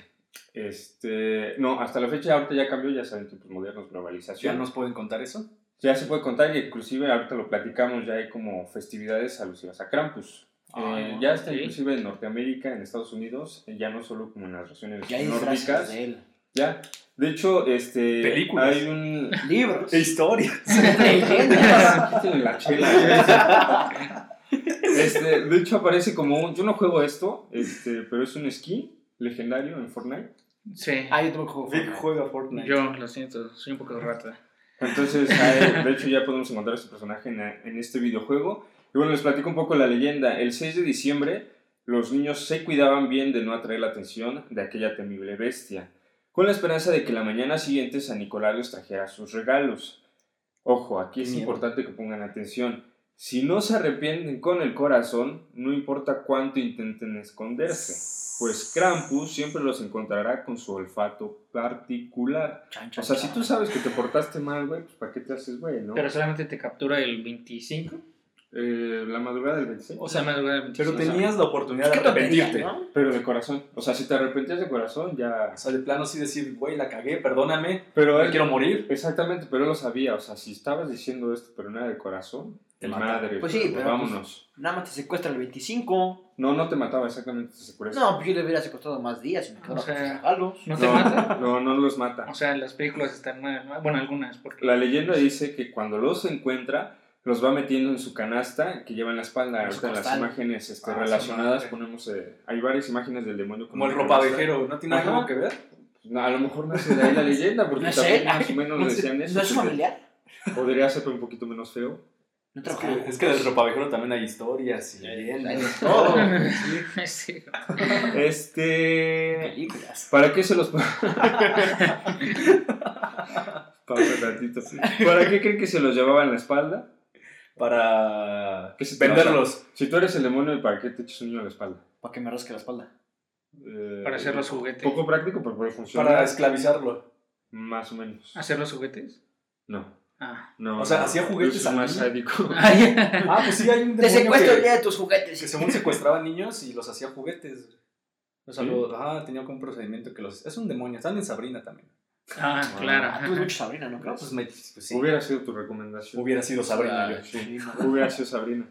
Este, no, hasta la fecha ahorita ya cambió, ya saben, tiempos modernos,
¿Ya
globalización. Ya,
nos pueden contar eso?
se puede contar, y inclusive ahorita lo platicamos, ya hay como festividades alusivas a Krampus.
Ah,
Eh, ya está
ok.
inclusive en Norteamérica, en Estados Unidos, eh, ya no solo como en las regiones
Ya hay disfraces
nórdicas.
de él.
Ya. De hecho, este
Películas.
hay un
Libros.
Este,
Historia.
Leyendas.
La chela. Este, de hecho aparece como un, yo no juego esto, este, pero es un esquí legendario en Fortnite.
Sí.
Ah, yo tengo juego.
Vic juega Fortnite.
Yo lo siento, soy un poco rata.
Entonces, hay- de hecho ya podemos encontrar a este personaje en, en este videojuego. Y bueno, les platico un poco la leyenda. El 6 de diciembre, los niños se cuidaban bien de no atraer la atención de aquella temible bestia, con la esperanza de que la mañana siguiente San Nicolás les trajera sus regalos. Ojo, aquí es
Miedo.
importante que pongan atención. Si no se arrepienten con el corazón, no importa cuánto intenten esconderse, pues Krampus siempre los encontrará con su olfato particular.
Chan, chan,
O sea,
chan.
si tú sabes que te portaste mal, güey, pues ¿para qué te haces, güey, no?
Pero solamente te captura el 25.
Eh, la madrugada del 26.
O sea, más del 25.
Pero tenías la oportunidad
Es
de
que tontería,
arrepentirte.
¿no?
Pero de corazón. O sea, si te arrepentías de corazón, ya...
O sea, de plano sí decir, güey, la cagué, perdóname,
Pero
no
él...
quiero morir.
Exactamente, pero él lo sabía. O sea, si estabas diciendo esto, pero no era de corazón,
Te
de
mata.
madre.
Pues sí,
güey,
pero
Vámonos.
Nada más te secuestra el 25.
No, no te mataba exactamente, te secuestró.
No, pues yo le hubiera secuestrado más días y me quedaba
O sea,
con sus regalos.
¿No te
no,
mata?
No, no los mata.
O sea, las películas están mal. ¿no? Bueno, algunas, porque.
La leyenda dice que cuando los encuentra, los va metiendo en su canasta que lleva en la espalda.
En su
Ahorita las
costal.
imágenes este,
Ah, su
relacionadas
madre.
ponemos... eh, hay varias imágenes del demonio. con
Como el
una canasta.
ropavejero, ¿no tiene
Ajá.
nada que ver?
No, a lo mejor nace de ahí la leyenda, porque
No sé.
también más o menos
No sé,
decían eso.
¿No es su
que
familiar?
Podría hacerlo un poquito menos feo.
No
Es
trabaja.
que, es que del ropavejero también hay historias y
Hay de
leyendas.
todo.
Sí.
Este.
Películas.
¿Para qué se los.? Pausa tantito. ¿Para qué creen que se los llevaba en la espalda?
Para
¿Qué se te
venderlos.
Si tú eres el demonio, ¿para qué te echas un niño a la espalda?
Para que me rasque la espalda.
Eh,
Para hacer los juguetes.
Poco práctico, pero puede funcionar.
Para esclavizarlo.
Más o menos.
¿Hacer los juguetes?
No.
Ah.
no
O sea,
no.
¿hacía juguetes
Yo soy
al
más
niño?
sádico.
Ah, pues sí, hay un
Te
demonio
secuestro el
que,
día de tus juguetes.
que según secuestraban niños y los hacía juguetes. O sea,
¿Sí?
lo- ajá, tenía como un procedimiento que los... Es un demonio, están en Sabrina también.
Ah,
Ah,
Ah, tú eres
claro.
mucho Sabrina, ¿no
No,
crees?
pues, me- pues sí.
Hubiera sido tu recomendación.
Hubiera sido Sabrina yo.
Ah, sí, no.
Hubiera sido Sabrina.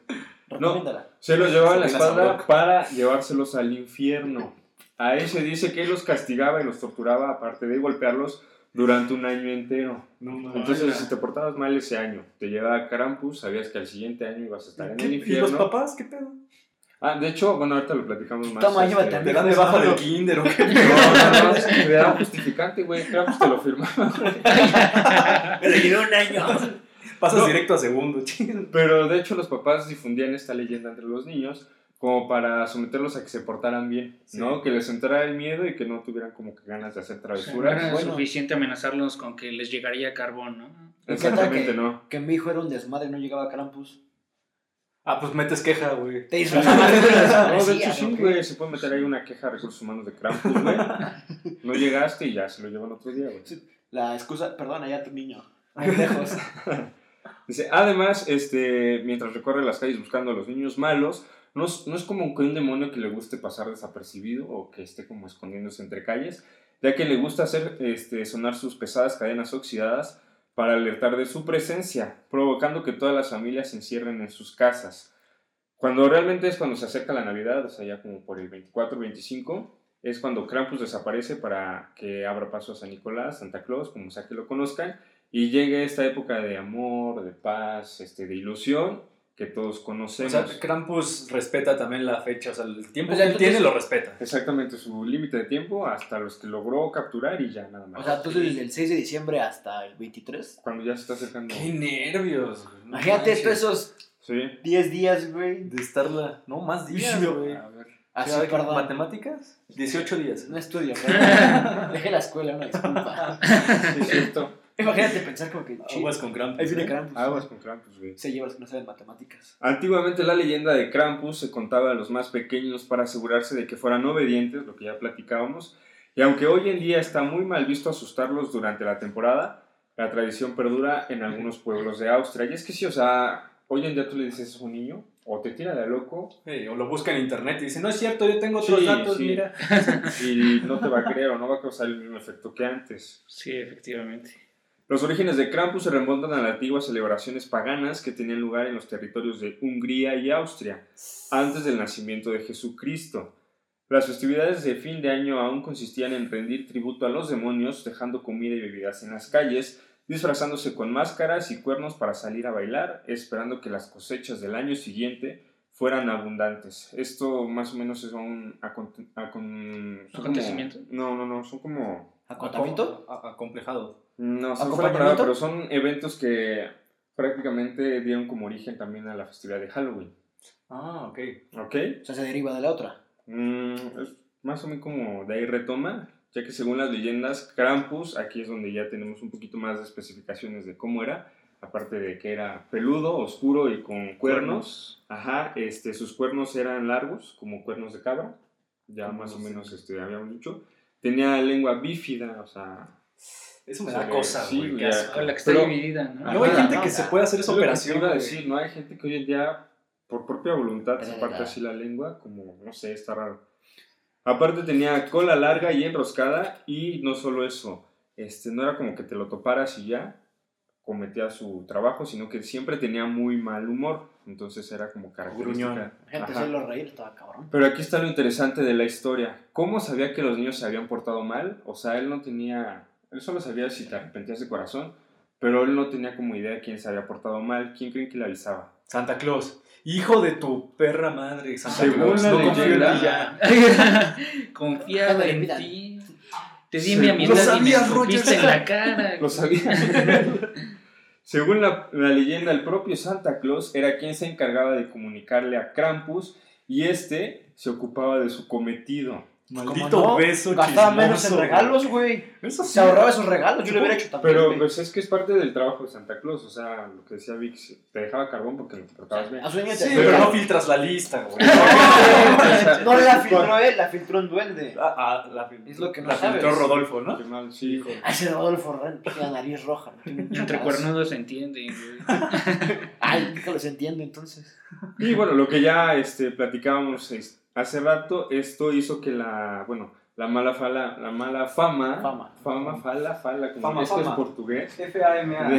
Recomiéndala.
Se los llevaba en la
Sabrina
espalda
Sabrok.
para llevárselos al infierno. Ahí se dice que los castigaba y los torturaba, aparte de golpearlos, durante un año entero.
No, mames.
Entonces, si te portabas mal ese año, te llevaba a Krampus, sabías que al siguiente año ibas a estar en
¿Qué-
el
¿Y los
infierno.
papás qué pedo?
Ah, de hecho, bueno, ahorita lo platicamos más.
Toma,
este,
llévate a
¿Te
mí.
dan de baja del kinder o qué?
No, no, no, es que te daban justificante, güey. Krampus te lo firmaba.
Me le llevé un año.
Pasas
No.
directo a segundo, chido.
Pero de hecho, los papás difundían esta leyenda entre los niños como para someterlos a que se portaran bien,
Sí.
¿no? Que les entrara el miedo y que no tuvieran como que ganas de hacer
O sea, no
travesuras.
era
Bueno.
suficiente amenazarlos con que les llegaría carbón, ¿no?
Exactamente,
¿Qué tal
no.
Que mi hijo era un desmadre, no llegaba a Krampus.
Ah, pues metes queja, güey.
Te disfrazabas de
No, de
desaparecía,
hecho sí,
¿no?
güey, se puede meter ahí una queja a recursos humanos de Krampus, güey. No llegaste y ya se lo llevan otro día, güey.
La excusa, perdona, ya tu niño. Ahí lejos.
Dice, además, este, mientras recorre las calles buscando a los niños malos, no es, no es como que un demonio que le guste pasar desapercibido o que esté como escondiéndose entre calles, ya que le gusta hacer este, sonar sus pesadas cadenas oxidadas para alertar de su presencia, provocando que todas las familias se encierren en sus casas. Cuando realmente es cuando se acerca la Navidad, o sea, ya como por el 24, 25, es cuando Krampus desaparece para que abra paso a San Nicolás, Santa Claus, como sea que lo conozcan, y llegue esta época de amor, de paz, este, de ilusión que todos
O
conocemos.
sea, Krampus respeta también la fecha, o sea, el tiempo
O sea,
que él
tú-
tiene
tú-
lo respeta.
Exactamente, su límite de tiempo hasta los que logró capturar y ya nada más.
O sea, tú desde el 6 de diciembre hasta el 23.
cuando ya se está acercando.
¡Qué nervios! güey! No
Imagínate esto,
manches.
esos
Sí.
10 días, güey.
De estarla... No, más días,
Sí,
güey.
A ver.
Así,
¿Qué,
perdón.
¿Matemáticas? 18 días.
No estudio, pero dejé la escuela, una disculpa.
Sí, es cierto.
Imagínate pensar como que, "Chi,
Aguas Ah, con Krampus.
ahí viene
¿eh?
Krampus.
Aguas con Krampus, güey.
Se lleva los que no saben matemáticas.
Antiguamente la leyenda de Krampus se contaba a los más pequeños para asegurarse de que fueran obedientes, lo que ya platicábamos, y aunque hoy en día está muy mal visto asustarlos durante la temporada, la tradición perdura en algunos pueblos de Austria. Y es que sí, o sea, hoy en día tú le dices a un niño, o te tira de loco,
Sí, o lo busca en internet y dice, no es cierto, yo tengo otros
Sí,
datos,
sí.
mira.
y no te va a creer o no va a causar el mismo efecto que antes.
Sí, efectivamente.
Los orígenes de Krampus se remontan a las antiguas celebraciones paganas que tenían lugar en los territorios de Hungría y Austria, antes del nacimiento de Jesucristo. Las festividades de fin de año aún consistían en rendir tributo a los demonios, dejando comida y bebidas en las calles, disfrazándose con máscaras y cuernos para salir a bailar, esperando que las cosechas del año siguiente fueran abundantes. Esto más o menos es un acon- acon- son como-
¿Acontecimiento?
no, no, no, son como
¿Acotamiento?
A- Acomplejado.
no, se me fue la
¿Acompañamiento?
palabra, pero son eventos que prácticamente dieron como origen también a la festividad de Halloween.
Ah, ok.
¿Ok?
O sea, se deriva de la otra.
Mm, es más o menos como de ahí retoma, ya que según las leyendas, Krampus, aquí es donde ya tenemos un poquito más de especificaciones de cómo era, aparte de que era peludo, oscuro y con cuernos. Ajá, este, sus cuernos eran largos, como cuernos de cabra, ya
Como
más o
los de-
menos este, habíamos dicho. Tenía lengua bífida, o sea,
Eso me
Sí,
da cosa,
sí,
güey. qué
ya.
asco.
O la que está
Pero-
dividida, Ah, ¿no?
Luego hay
Ajá,
gente
¿no?
que
O
se
sea,
puede hacer esa
Es lo que te
operación.
iba a
güey.
decir, ¿no? Hay gente que hoy en día, por propia voluntad, se
Verga.
parte así la lengua, como, no sé, está raro. Aparte tenía cola larga y enroscada, y no solo eso, este, no era como que te lo toparas y ya cometía su trabajo, sino que siempre tenía muy mal humor, entonces era como
Gruñón.
característica.
Gente,
Ajá.
hacerlo reír estaba cabrón.
Pero aquí está lo interesante de la historia. ¿Cómo sabía que los niños se habían portado mal? O sea, él no tenía... Él solo sabía si te arrepentías de corazón, pero él no tenía como idea quién se había portado mal, quién creen que le avisaba.
Santa Claus. Hijo de tu perra madre, Santa
Según
Claus.
la
No confío en ti
leyenda-
ya.
Confiaba
Déjame
en
mirar.
ti. Te di
Sí.
mi
Lo
amistad y me
sabías,
escupiste
Roger.
en la cara.
Lo sabía. Según la, la leyenda, el propio Santa Claus era quien se encargaba de comunicarle a Krampus y este se ocupaba de su cometido.
Maldito
Como no,
beso
Gastaba
chismoso.
menos en
güey.
regalos, güey.
Eso sí.
Se ahorraba esos regalos, yo lo hubiera hecho también.
Pero
güey.
pues es que es parte del trabajo de Santa Claus, o sea, lo que decía Vix, te dejaba carbón porque lo portabas bien.
a su niño
Sí,
te-
pero
Pero-
no filtras la lista, güey.
No la filtró él, la filtró un duende.
Ah, ah, la, fil-
Es lo que no
la filtró
sabes.
Rodolfo, ¿no?
Qué mal, sí, hijo.
Ah, Ese Rodolfo Herrán tiene la nariz roja.
Entre cuernudos se entiende. güey.
Ay, que los entiendo entonces.
Y bueno, lo que ya este, platicábamos es- hace rato, esto hizo que la, bueno, la mala fala, la mala fama,
Fama.
fama, fala, fala, como
Fama,
esto es
fama.
portugués,
F-A-M-A.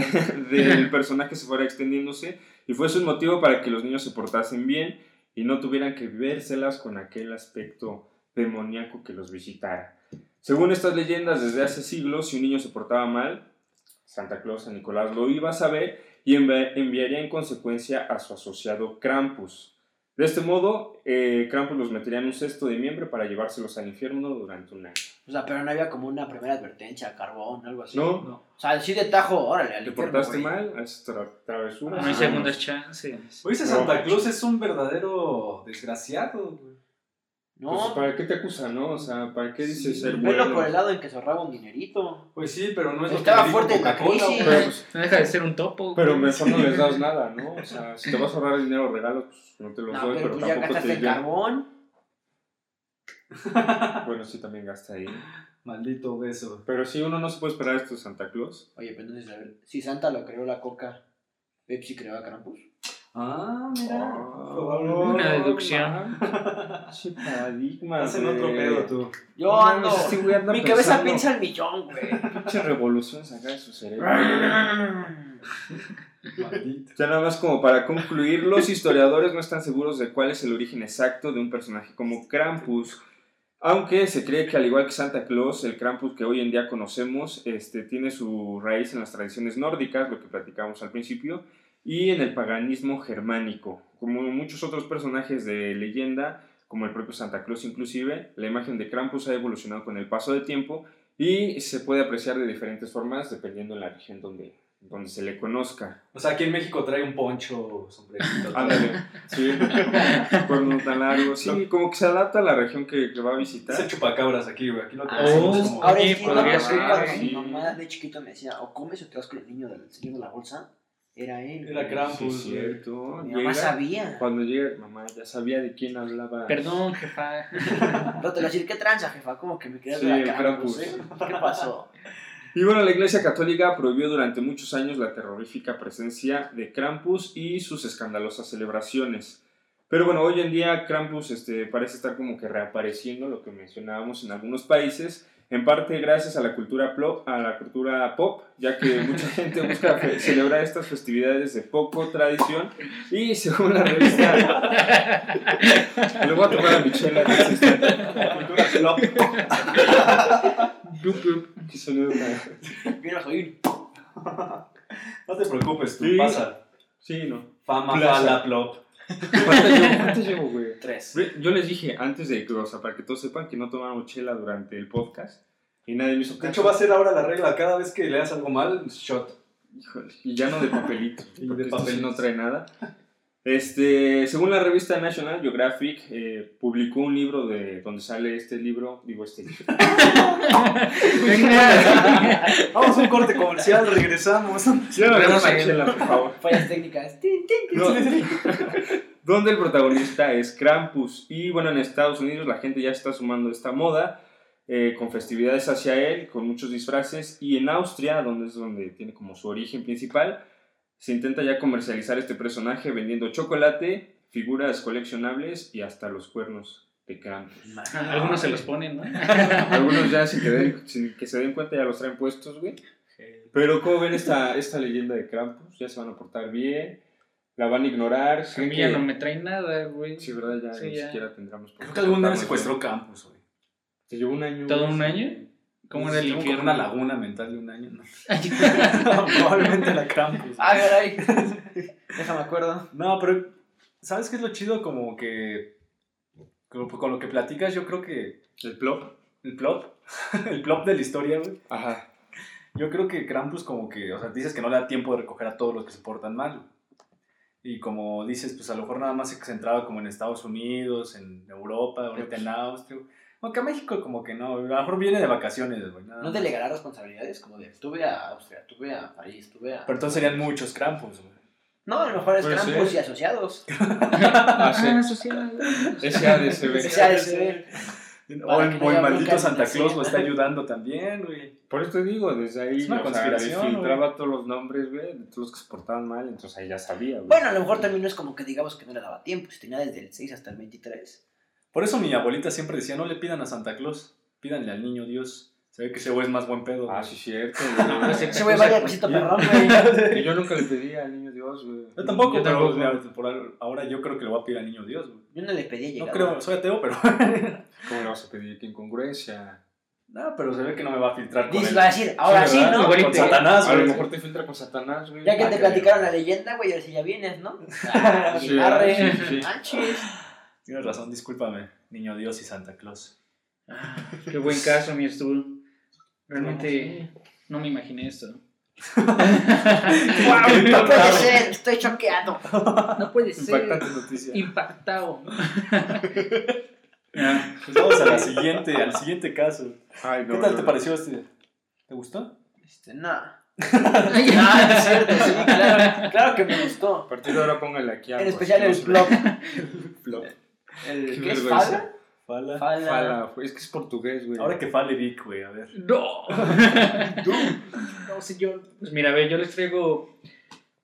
de- del personaje se fuera extendiéndose y fue su motivo para que los niños se portasen bien y no tuvieran que vérselas con aquel aspecto demoníaco que los visitara. Según estas leyendas, desde hace siglos, si un niño se portaba mal, Santa Claus, San Nicolás lo iba a saber y envi- enviaría en consecuencia a su asociado Krampus. De este modo, eh, Krampus los metería en un cesto de miembro para llevárselos al infierno durante un año.
O sea, pero no había como una primera advertencia, carbón, algo así.
¿No?
No,
O sea, sí de tajo, órale, al
¿Te
infierno,
portaste
güey.
mal? Haces tra- travesuras.
no hay segundas chances.
Oye, ese
No.
Santa Claus es un verdadero desgraciado, güey.
Pues,
No,
¿Para qué te acusan, no? O sea, ¿para qué dices
Sí,
ser
velo
bueno?
por el lado en que se ahorraba un dinerito.
Pues sí, pero no es
Estaba
lo que
fuerte
le
en la
dijo Coca-Cola,
crisis.
güey.
Pero, pues,
No deja de ser un topo.
pero
güey.
mejor no les das nada, ¿no? O sea, si te vas a ahorrar el dinero o regalos, pues no te los
No,
doy,
pero
pero,
pues ya
tampoco
gastaste
te
en carbón.
Bueno, sí, también gasta ahí.
Maldito beso.
Pero sí, uno no se puede esperar a estos Santa Claus.
Oye, pero entonces, a ver, si Santa lo creó la coca, Pepsi creó a Krampus.
Ah, mira.
Ah,
probablemente.
Una
Che,
deducción.
Ah, paradigma. este
Estás en otro pedo tú.
Yo ando. Mi cabeza piensa el millón, güey.
Muchas revoluciones acá de su cerebro.
Maldito.
Ya nada más como para concluir, los historiadores no están seguros de cuál es el origen exacto de un personaje como Krampus. Aunque se cree que al igual que Santa Claus, el Krampus que hoy en día conocemos este, tiene su raíz en las tradiciones nórdicas, lo que platicamos al principio, y en el paganismo germánico. Como muchos otros personajes de leyenda, como el propio Santa Claus inclusive, la imagen de Krampus ha evolucionado con el paso del tiempo y se puede apreciar de diferentes formas dependiendo de la región donde, donde se le conozca.
O sea, aquí en México trae un poncho, sombrerito. todo.
Ándale, sí, cuernos tan largos. Sí, como que se adapta a la región que, que va a visitar.
Es el chupacabras aquí, güey. Aquí lo
Ah,
conocemos
entonces,
como-
Ahora
Oye,
entiendo
podría
por
ser,
qué cuando
sí.
mi mamá de chiquito me decía, o comes o te vas con el niño del señor de la bolsa, era él.
Era Krampus,
Sí,
güey.
cierto.
Mi
Llega-
mamá sabía.
Cuando llega, mamá ya sabía de quién hablaba.
Perdón, jefa.
No te lo decir, ¿qué tranza, jefa? Como que me querías
Sí,
ver
el
a Krampus, ¿eh?
Krampus.
¿Qué pasó?
Y bueno, la Iglesia Católica prohibió durante muchos años la terrorífica presencia de Krampus y sus escandalosas celebraciones. Pero bueno, hoy en día Krampus este, parece estar como que reapareciendo, lo que mencionábamos en algunos países, en parte gracias a la cultura, plo- a la cultura pop, ya que mucha gente busca fe- celebrar estas festividades de poco tradición y según la revista... Le voy a tomar a Michela. que se está- Cultura pop. Plup, plup. Qué sonido tan-
Mira, soy un
No te preocupes, tú
Sí.
pasa.
Sí, no.
Fama,
Plaza.
fala, plop.
¿Cuántas llevo, cuántas llevo, güey?
tres.
Ve, Yo les dije antes de que, o sea, para que todos sepan que no tomamos chela durante el podcast y nadie me hizo caso.
De hecho, va a ser ahora la regla. Cada vez que le das algo mal, shot.
Híjole, y ya no de papelito,
Y de
porque esto sí
papelitos.
no trae nada. Este, según la revista National Geographic, eh, publicó un libro de donde sale este libro, digo este libro.
Venga.
Vamos a un corte comercial, regresamos.
Ya no le
Pero
vamos a
no,
chela, por favor.
Fallas técnicas. Tin, tin, tin,
No.
tin, tin.
donde el protagonista es Krampus. Y bueno, en Estados Unidos la gente ya está sumando esta moda eh, con festividades hacia él, con muchos disfraces. Y en Austria, donde es donde tiene como su origen principal, se intenta ya comercializar este personaje vendiendo chocolate, figuras coleccionables y hasta los cuernos de Krampus.
Algunos se los ponen, ¿no?
Algunos ya sin que, den- sin que se den cuenta ya los traen puestos, güey. Pero ¿cómo ven esta, esta leyenda de Krampus? Ya se van a portar bien, la van a ignorar.
A mí ya no me trae nada, güey.
Sí, verdad, ya
Sí,
ni
ya.
siquiera tendramos por
Creo
qué
que algún día me
contarnos,
secuestró
¿no?
Campus, güey.
Se llevó un año.
¿Todo
güey,
un
sí.
año? ¿Cómo era el
Tengo como
infierno?
una laguna mental de un año, ¿no? Probablemente la Krampus.
Ah, caray. Déjame acuerdo.
No, pero ¿sabes qué es lo chido? Como que como- con lo que platicas, yo creo que
El plop.
el plop, el plop de la historia, güey.
Ajá.
Yo creo que Krampus como que, o sea, dices que no le da tiempo de recoger a todos los que se portan mal. Y como dices, pues a lo mejor nada más se centraba como en Estados Unidos, en Europa, ahorita en Austria. Aunque a México como que no, a lo mejor viene de vacaciones, güey. nada
¿No
más.
delegará responsabilidades? Como de, tuve a Austria, tuve a París, tuve a...
Pero entonces serían muchos Krampus, güey.
No, a lo mejor es
Puede
Krampus
ser.
y asociados.
Ah,
sí.
social.
Ese ADCB.
Ese ADCB.
O
Para
el,
que no
o el
haya
maldito
broncas
Santa
en la
Claus lo está
cena.
ayudando también, güey.
Por eso te digo, desde ahí.
Es una
o sea,
conspiración,
les filtraba todos los nombres, güey, de todos los que se portaban mal, entonces ahí ya sabía, güey.
Bueno, a lo mejor también no es como que digamos que no le daba tiempo. Si tenía desde el 6 hasta el 23.
Por eso mi abuelita siempre decía, no le pidan a Santa Claus, pídanle al niño Dios. Se ve que ese güey es más buen pedo.
Ah,
güey.
sí, cierto.
No, ese-
Ese güey vaya cosito perrón, güey.
güey. Y yo nunca le pedí al niño Dios, güey.
Yo tampoco,
Yo
pero
tampoco.
mira, por al- ahora yo creo que le voy a pedir al niño Dios, güey.
Yo no le pedí
No
llegar.
creo, soy ateo, pero...
¿Cómo le vas a pedir? ¿Qué incongruencia?
no, pero se ve que no me va a filtrar con
Dice,
él.
va a decir, ahora
Sí,
sí,
¿verdad?
¿no?
Igual y
Con
te-
Satanás,
A lo
güey.
mejor te filtra con Satanás, güey.
Ya que
Ah,
te
qué
platicaron la
bien.
leyenda, güey, ahora sí ya vienes, ¿no? Ah,
Sí,
y arre,
sí, sí, sí.
manches.
Tienes razón, discúlpame, niño Dios y Santa Claus.
Ah, Qué buen caso, mi Stu. Realmente no me imaginé esto.
No puede ser, estoy choqueado.
No puede
Impactante noticia.
Impactado.
Pues vamos a la siguiente, al siguiente caso.
Ay, no,
¿Qué tal
no,
te
no.
pareció este? ¿Te gustó?
Este, nada. Ah, es cierto, sí, claro. Claro que me gustó.
A partir de ahora póngale aquí
En
algo,
especial
que no
el
se
flop.
vea. Flop.
El,
pues, Qué
¿Qué es
vergüenza.
Fala.
Fala? Fala.
Fala, güey. Es que es portugués, güey.
Ahora que fale Vic, güey, a ver.
¡No! no, señor. Pues mira, ve, yo les traigo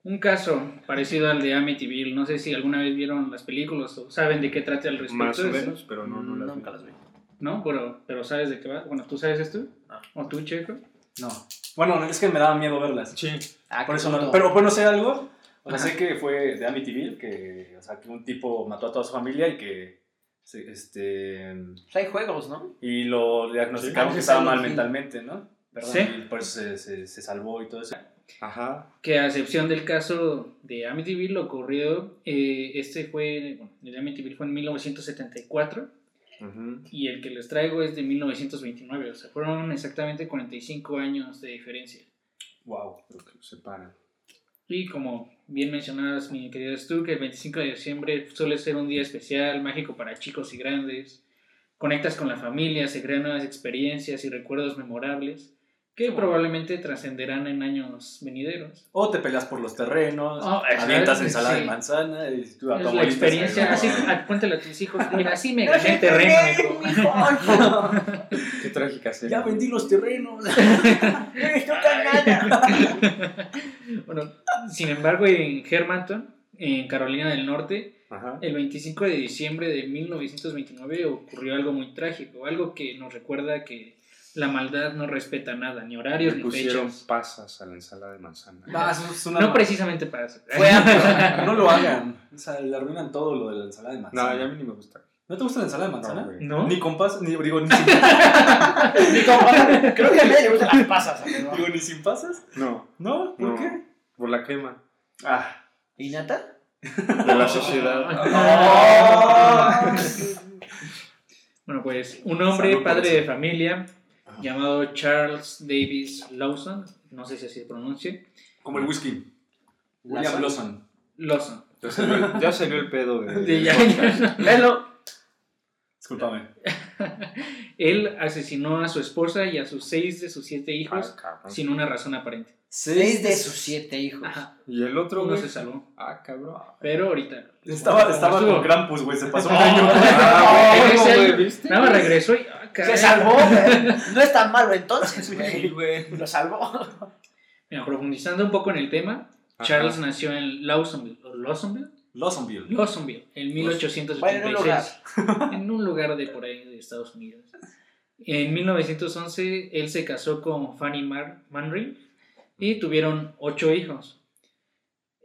un caso parecido al de Amityville. No sé si alguna vez vieron las películas o saben de qué trata al respecto.
Más o
Es-
menos, pero no, no las
Mm, Nunca
vi.
las vi.
¿No? Pero, pero ¿sabes de qué va? Bueno, ¿tú sabes esto?
Ah.
No.
¿O tú, Checo?
No. Bueno, es que me daba miedo verlas.
Sí.
Ah,
Por
qué
eso no.
puto.
Pero bueno, sé algo. O sea,
Ajá.
sé que fue de Amityville, que, o sea, que un tipo mató a toda su familia y que, se- este,
Pues hay juegos, ¿no?
y lo diagnosticaron
Sí,
que estaba
sí,
mal
sí.
mentalmente, ¿no? ¿Verdad?
Sí.
Y por eso se, se- se salvó y todo eso.
Ajá.
Que a excepción del caso de Amityville, lo ocurrido, eh, este fue, bueno, el de Amityville fue en 1974
Ujú.
y el que les traigo es de 1929. O sea, fueron exactamente 45 años de diferencia.
Wow.
Creo que Se para.
Y como bien mencionabas, mi querido Stu, que el 25 de diciembre suele ser un día especial, mágico para chicos y grandes. Conectas con la familia, se crean nuevas experiencias y recuerdos memorables que probablemente trascenderán en años venideros.
O te peleas por los terrenos,
Oh,
avientas
exacto,
ensalada de
sí.
manzana y tú "Ah, a tu
Es la
abuelita se
experiencia,
la-
así, ah, cuéntale a tus hijos, mira, así me gané el terreno. hijo".
Qué trágica serie.
Ya vendí los terrenos.
Bueno, sin embargo, en Hermanton, en Carolina del Norte,
Ajá.
El 25 de diciembre de 1929 ocurrió algo muy trágico, algo que nos recuerda que la maldad no respeta nada, ni horarios
Le
ni
pusieron
fechas.
pasas a la ensalada de manzana.
Ah, eso es una-
No precisamente para eso.
Fue antes.
no lo hagan. O sea, le arruinan todo lo de la ensalada de
No,
manzana.
ya a mí ni me gusta.
¿No te gusta la ensalada de
No,
manzana?
güey.
¿No?
Ni con pasas, ni, digo, ni, sin,
Creo que a mí le gustan las pasas. amigo.
digo, ni sin pasas.
No,
¿No? ¿Por
No.
qué?
por la crema
Ah,
¿Y nata?
de la sociedad.
Ah. Bueno, pues un hombre,
Salud por
padre
eso.
de familia,
Ajá.
llamado Charles Davis Lawson, no sé si así se pronuncia,
como el whisky. William
Lawson.
Lawson.
Lawson.
Ya salió, ya salió el pedo de.
De- ya-
del
ya-
podcast. Ah,
Velo.
Discúlpame.
Él asesinó a su esposa y a sus seis de sus siete hijos
Ah, cabrón.
sin una razón aparente.
Seis de sus siete hijos.
Ajá,
Y el otro,
uno
güey.
se salvó.
Ah, cabrón.
Pero ahorita.
Estaba, estaba
Estuvo-
con Krampus, güey. Se pasó un
No.
año.
Ah,
en ese
güey,
año-
¿viste?
Nada más regresó y. ah, caray.
Se salvó, güey. No es tan malo entonces,
Sí,
güey.
güey.
Lo salvó.
Mira, profundizando un poco en el tema,
Ajá.
Charles nació en Lawsonville. ¿o Lawsonville?
Lawsonville.
Lawsonville,
Pues,
en 1886.
Bueno, en un lugar.
en un lugar de por ahí de Estados Unidos. En 1911, él se casó con Fanny Mar Manry y tuvieron ocho hijos.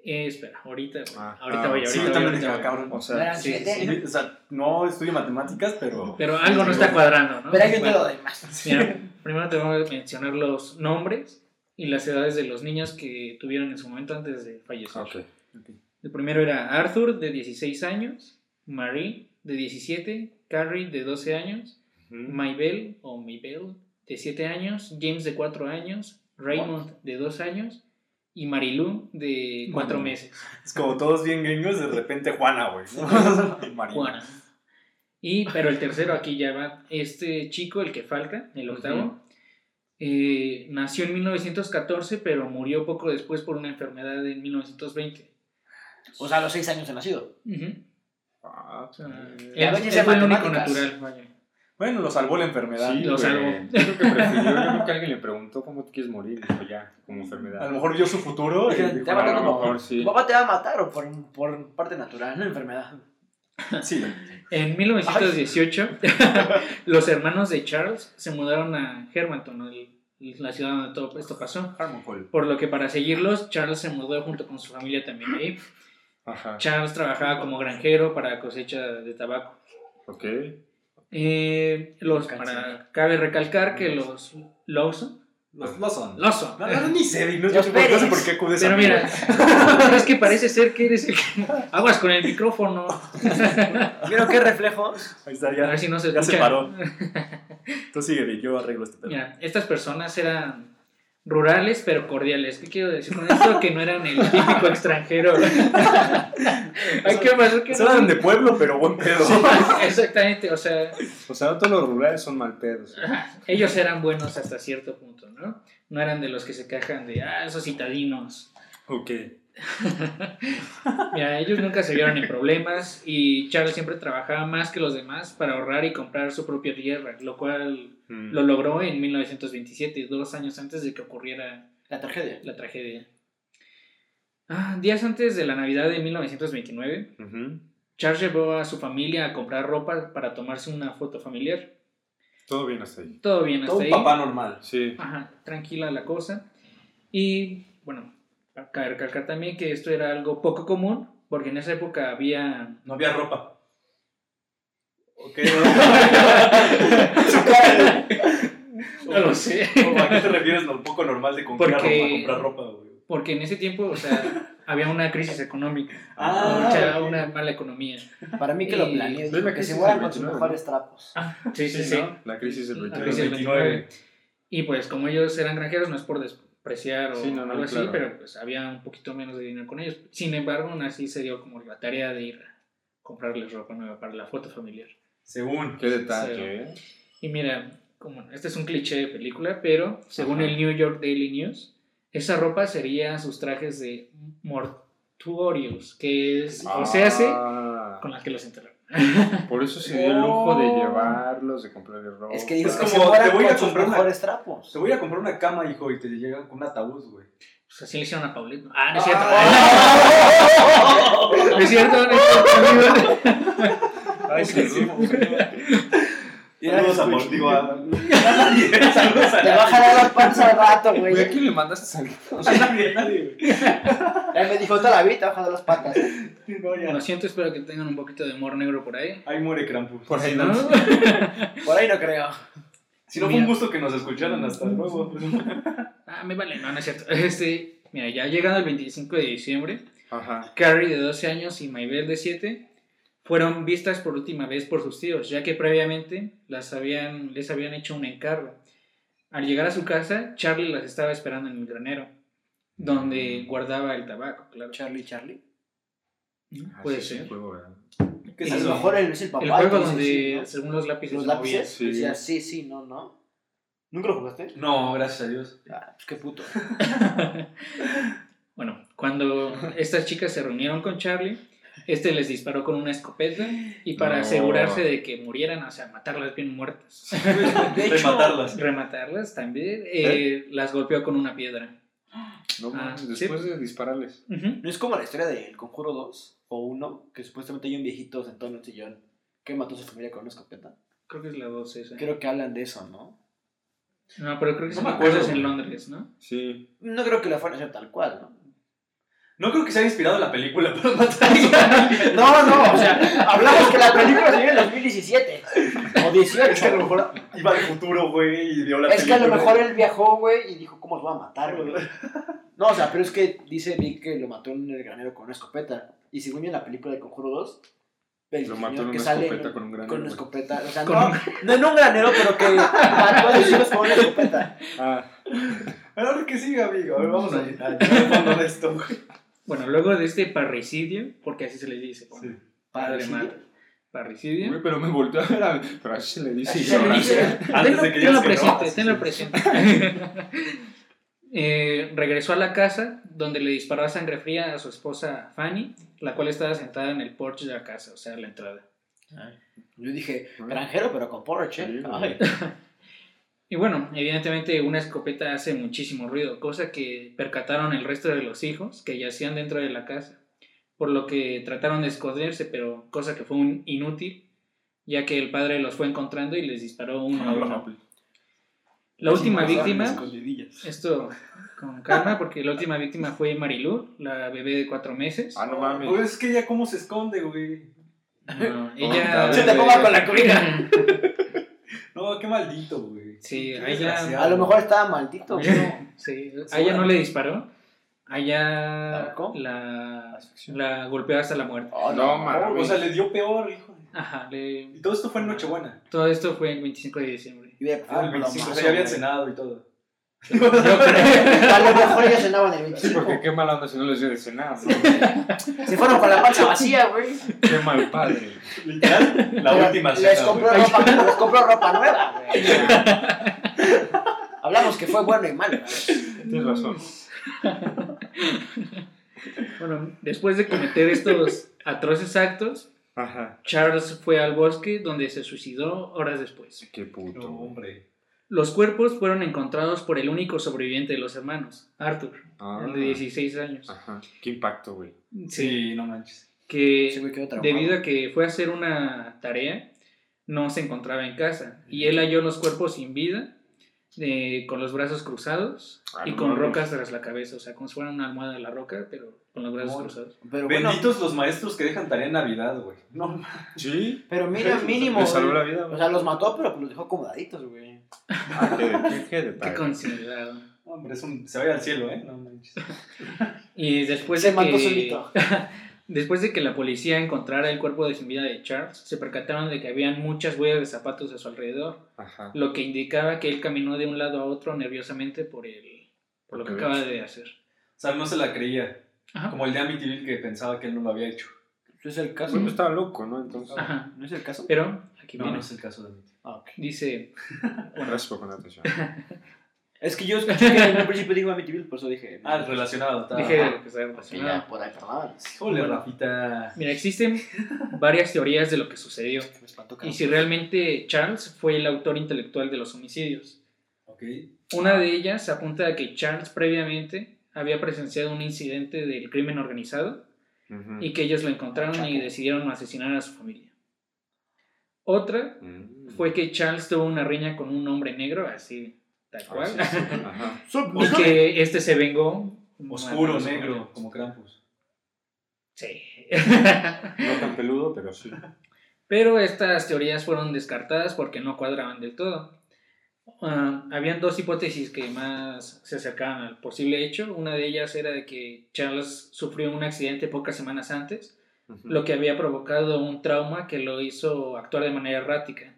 Eh, espera, ahorita, voy,
Ah,
ahorita
ah,
voy, ahorita
Sí, yo
voy,
también
ahorita
dije,
voy.
cabrón.
O
No
sea,
eran
sí,
siete.
sí,
O sea, no estudio matemáticas, pero.
Pero algo no está cuadrando, ¿no?
Pero hay un dedo de más.
Mira, primero te voy a mencionar los nombres y las edades de los niños que tuvieron en su momento antes de fallecer.
ok.
El primero era Arthur, de 16 años, Marie, de 17, Carrie, de 12 años,
Ujú.
Maybelle, o Maybelle, de 7 años, James, de 4 años, Raymond, de 2 años, y Marilu, de 4
Mami.
meses.
Es como todos bien gringos, de repente Juana, güey. ¿no? Y María.
Juana. Y, pero el tercero aquí ya va. Este chico, el que falta, el octavo,
Ujú.
eh, nació en 1914, pero murió poco después por una enfermedad en 1920.
O sea, a los seis años se nacido.
Ujú.
Ah,
O sea, él,
Ya ves,
él
ese
fue el único
matemáticas.
natural. vaya.
Bueno, lo salvó la enfermedad.
Sí,
lo
güey.
salvó.
Yo creo que prefirió. Yo creo que alguien le preguntó cómo te quieres morir. Dijo ya, como enfermedad.
A lo mejor vio su futuro. y
Ya
dijo,
te
a
va a
"Ah,
tocar
lo
como-
mejor sí.
¿Tu papá te va a matar o por, por parte natural? Una enfermedad.
Sí.
En 1918, los hermanos de Charles se mudaron a Hermanton, el- la ciudad donde todo esto pasó.
Harmocol.
Por lo que para seguirlos, Charles se mudó junto con su familia también ahí.
Ajá.
Charles trabajaba como granjero para cosecha de tabaco.
Ok.
Eh, los, para, cabe recalcar que los Lawson.
Los Lawson.
Lawson.
No, no, ni sé, no,
Los
sé por- no sé
Pérez.
por qué acudes
Pero
a mí.
mira, es que parece ser que eres el que. Aguas con el micrófono.
¿Vieron qué reflejos?
Ahí está,
A
ya.
ver si no se
Ya se
escucha.
paró. Tú síguele, yo arreglo este pedo.
Mira, estas personas eran rurales pero cordiales. ¿Qué quiero decir con esto? Que no eran el típico extranjero. Ay, ¿qué pasó? ¿Qué
Se hablan de pueblo, pero buen pedo.
no? Exactamente, o sea,
O sea, todos los rurales son mal pedos. güey.
ellos eran buenos hasta cierto punto, ¿no? No eran de los que se quejan de, ah, esos citadinos.
Ok.
Mira, ellos nunca se vieron en problemas y Charles siempre trabajaba más que los demás para ahorrar y comprar su propia tierra, lo cual
Mm.
lo logró en 1927, dos años antes de que ocurriera
La tragedia.
la tragedia. Ah, días antes de la Navidad de 1929,
Ujú.
Charles llevó a su familia a comprar ropa para tomarse una foto familiar.
Todo bien hasta ahí.
Todo bien hasta
Todo un
ahí.
papá normal.
Sí.
Ajá, tranquila la cosa. Y bueno, cabe recalcar también que esto era algo poco común, porque en esa época había.
No había ropa. Ok,
No lo sé.
¿Cómo, ¿A qué te refieres lo poco normal de comprar
Porque-
ropa? Comprar ropa, güey.
Porque en ese tiempo, o sea, había una crisis económica,
Ah,
o sea,
ok.
una mala economía.
Para mí que lo
Y-
planeó.
¿Ves
dijo
la
Que se
crisis
guardan
del
con sus
29,
mejores trapos.
Sí, sí, sí.
¿no? La crisis del
La
A
29.
los
crisis del
29.
Y pues como ellos eran granjeros, no es por despreciar o
Sí, no, no,
algo así,
claro.
pero pues había un poquito menos de dinero con ellos. Sin embargo, aún así se dio como la tarea de ir a comprarles ropa nueva para la foto familiar.
Según.
Qué detalle, ¿eh?
Y mira, como este es un cliché de película, pero según el New York Daily News, esa ropa sería sus trajes de mortuorios, que es, o se hace
Ah,
con la que los enterraron.
Por eso se dio el lujo de llevarlos, de comprarle ropa.
Es que dijo
Es
que
como,
se
te
guardan
voy a
con sus
comprar una-
mejores trapos.
Te voy a ir a comprar una cama, hijo, y te llegan con un ataúd, güey.
Pues así le hicieron a Paulette. ¿no? Ah, no es cierto.
Ah.
No es cierto, no es cierto.
Ay, sí, sí.
Saludos a
Escucho.
Mortigo. A a nadie. Saludos a
Te va a
nadie.
jalar la panza al rato,
Güey, ¿a
güey.
quién le mandaste salir?
A nadie, a nadie, güey.
Ya me dijo, te la vi, te va a jalar las patas.
No, ya.
Lo siento, espero que tengan un poquito de humor negro por ahí.
Ahí muere Krampus.
Por ahí
¿No?
no.
Por ahí no creo.
Si no fue un gusto que nos escucharan, hasta luego.
Ah, me vale, no, no es cierto. Este, mira, ya llegando el 25 de diciembre,
Ajá.
Carrie de 12 años y Maybell de 7 fueron vistas por última vez por sus tíos, ya que previamente las habían, les habían hecho un encargo. Al llegar a su casa, Charlie las estaba esperando en el granero,
Mm.
donde guardaba el tabaco, claro.
Charlie, Charlie.
¿No? Puede
Ah, Sí, sí,
ser.
juego, ¿verdad?
¿Qué es
A lo
eso?
mejor él es el papá.
El juego
entonces,
donde,
sí, ¿no?
según los lápices,
los
se movían.
lápices.
sí.
Decía, sí, sí, no, no. ¿Nunca lo jugaste?
No, gracias a Dios.
Ah, pues qué puto.
Bueno, cuando estas chicas se reunieron con Charlie, este les disparó con una escopeta y para
No.
asegurarse de que murieran, o sea, matarlas bien muertas,
De hecho-
Rematarlas.
rematarlas también, eh, las golpeó con una piedra.
No,
Ah,
mames, después de dispararles.
Ujú.
¿No es como la historia del Conjuro 2 o 1? Que supuestamente hay un viejito sentado en un sillón que mató a su familia con una escopeta.
Creo que es la 2 esa.
Creo que hablan de eso, ¿no?
No, pero creo que
No
son
me acuerdo,
cosas en
güey.
Londres, ¿no?
Sí.
No creo que la fueran a hacer tal cual, ¿no?
No creo que se haya inspirado la película para matar a alguien.
No, no, o sea, hablamos que la película salió en 2017 o 18.
Es que a lo mejor iba al futuro, güey, y vio la
Es que a lo
película.
mejor él viajó, güey, y dijo, ¿cómo los voy a matar, güey? No, o sea, pero es que dice Vic que lo mató en el granero con una escopeta. Y según yo en la película de Conjuro 2, el
Lo
señor
mató en
que
una
sale
escopeta con un granero,
Con una
güey.
escopeta, o sea,
Con
no,
un-
no en un granero, pero que mató a los hijos con una escopeta.
Ah,
Ahora que sigue, amigo. A ver, vamos a a llegar al fondo de esto, güey.
Bueno, luego de este parricidio, porque así se les dice, bueno,
Sí.
padre
Parricidio.
madre. Parricidio.
güey, pero me volteó a ver a Pero así le dice
Así se le dice.
ignorancia.
Antes
Tenlo,
de que
tenlo
digas que no.
presente, tenlo presente. Eh, regresó a la casa donde le disparó a sangre fría a su esposa Fanny, la cual estaba sentada en el porche de la casa, o sea, en la entrada.
Yo dije,
Ah,
granjero, pero con Porsche.
Sí, güey.
Ay,
Y bueno, evidentemente una escopeta hace muchísimo ruido, cosa que percataron el resto de los hijos que yacían dentro de la casa, por lo que trataron de esconderse, pero cosa que fue un inútil, ya que el padre los fue encontrando y les disparó uno a uno. La última
sí,
víctima...
escondidillas.
Esto con calma, porque la última víctima fue Marilu, la bebé de cuatro meses.
Ah, no
Pues
mames.
es que ella cómo se esconde, güey.
No,
Ah,
ella.
Se te ponga con la cobija.
No, qué maldito, güey.
Sí,
Qué
a ella.
desgraciado.
A lo mejor estaba maldito, güey.
Sí, a ella no le disparó. A
¿La
ella
ahorcó?
la, la golpeó hasta la muerte.
Oh,
Ah, No
Oh,
mames.
o sea, le dio peor, hijo.
Ajá, le-
Y todo esto fue en Nochebuena.
todo esto fue el 25 de diciembre.
Y hubiera
Ah,
preferido
el
un
25. O
plomazo,
sea, ya habían
güey.
cenado y todo.
A lo mejor ya cenaban el
Sí,
25.
porque qué mala onda si no les dio de cenar. ¿no?
Se fueron con la panza vacía, güey.
Qué mal padre.
Literal, la
Pero
última
Les
cena.
compró
güey.
ropa, les compró ropa nueva, güey. Hablamos que fue bueno y malo.
Tienes razón.
Bueno, después de cometer estos atroces actos,
Ajá.
Charles fue al bosque donde se suicidó horas después.
Qué puto.
No,
güey.
hombre.
Los cuerpos fueron encontrados por el único sobreviviente de los hermanos, Arthur,
Ah.
el de 16 años.
Ajá. Qué impacto, güey.
Sí, no manches.
Que
Ese güey quedó traumado.
debido a que fue a hacer una tarea, no se encontraba en casa. Y él halló los cuerpos sin vida, eh, con los brazos cruzados
Ah,
y
no
con
mames.
rocas tras la cabeza. O sea, como si fuera una almohada de la roca, pero con los brazos
Amor.
cruzados.
Pero bueno,
Benditos los maestros que dejan tarea en Navidad, güey. No,
Sí.
pero mira, mínimo.
Le salvó
güey.
la vida,
O
güey.
sea, los mató, pero pues los dejó acomodaditos, güey.
Ah, qué, qué, qué
Qué
detalle.
considerado.
hombre, es un... se va a ir al cielo, ¿eh? No manches.
Y después
Se
de
mató
que...
solito.
Después de que la policía encontrara el cuerpo de sin vida de Charles, se percataron de que habían muchas huellas de zapatos a su alrededor,
Ajá.
lo que indicaba que él caminó de un lado a otro nerviosamente por el por lo que
Porque
acaba
ves.
de hacer.
O sea, no se la creía.
Ajá.
Como el de Amityville que pensaba que él no lo había hecho.
No es el caso. Eh,
Bueno, Pues, estaba loco, ¿no? Entonces,
Ajá.
¿No es el caso?
Pero aquí
No,
viene.
no es el caso de Amityville.
Ah, ok.
Dice,
gracias por poner atención.
Es que yo escuché que en un principio dijo Amityville, por eso dije.
Ah, relacionado. Está...
dije que estaba
Sí,
relacionado.
ya, por ahí, perdón.
Ole,
Bueno.
Rafita.
Mira, existen varias teorías de lo que sucedió
Me espantó,
y
cabrón.
si realmente Charles fue el autor intelectual de los homicidios.
Ok.
Una de ellas apunta a que Charles previamente había presenciado un incidente del crimen organizado
Ujú.
y que ellos lo encontraron y
Chapo.
decidieron asesinar a su familia. Otra
Mm.
fue que Charles tuvo una riña con un hombre negro, así tal
Ah,
cual,
sí, sí. Ajá.
y que este se vengó.
Oscuro,
Matando a su
negro,
familia.
como Krampus.
Sí.
No tan peludo, pero sí.
Pero estas teorías fueron descartadas porque no cuadraban del todo. Ah, habían dos hipótesis que más se acercaban al posible hecho. Una de ellas era de que Charles sufrió un accidente pocas semanas antes, lo que había provocado un trauma que lo hizo actuar de manera errática.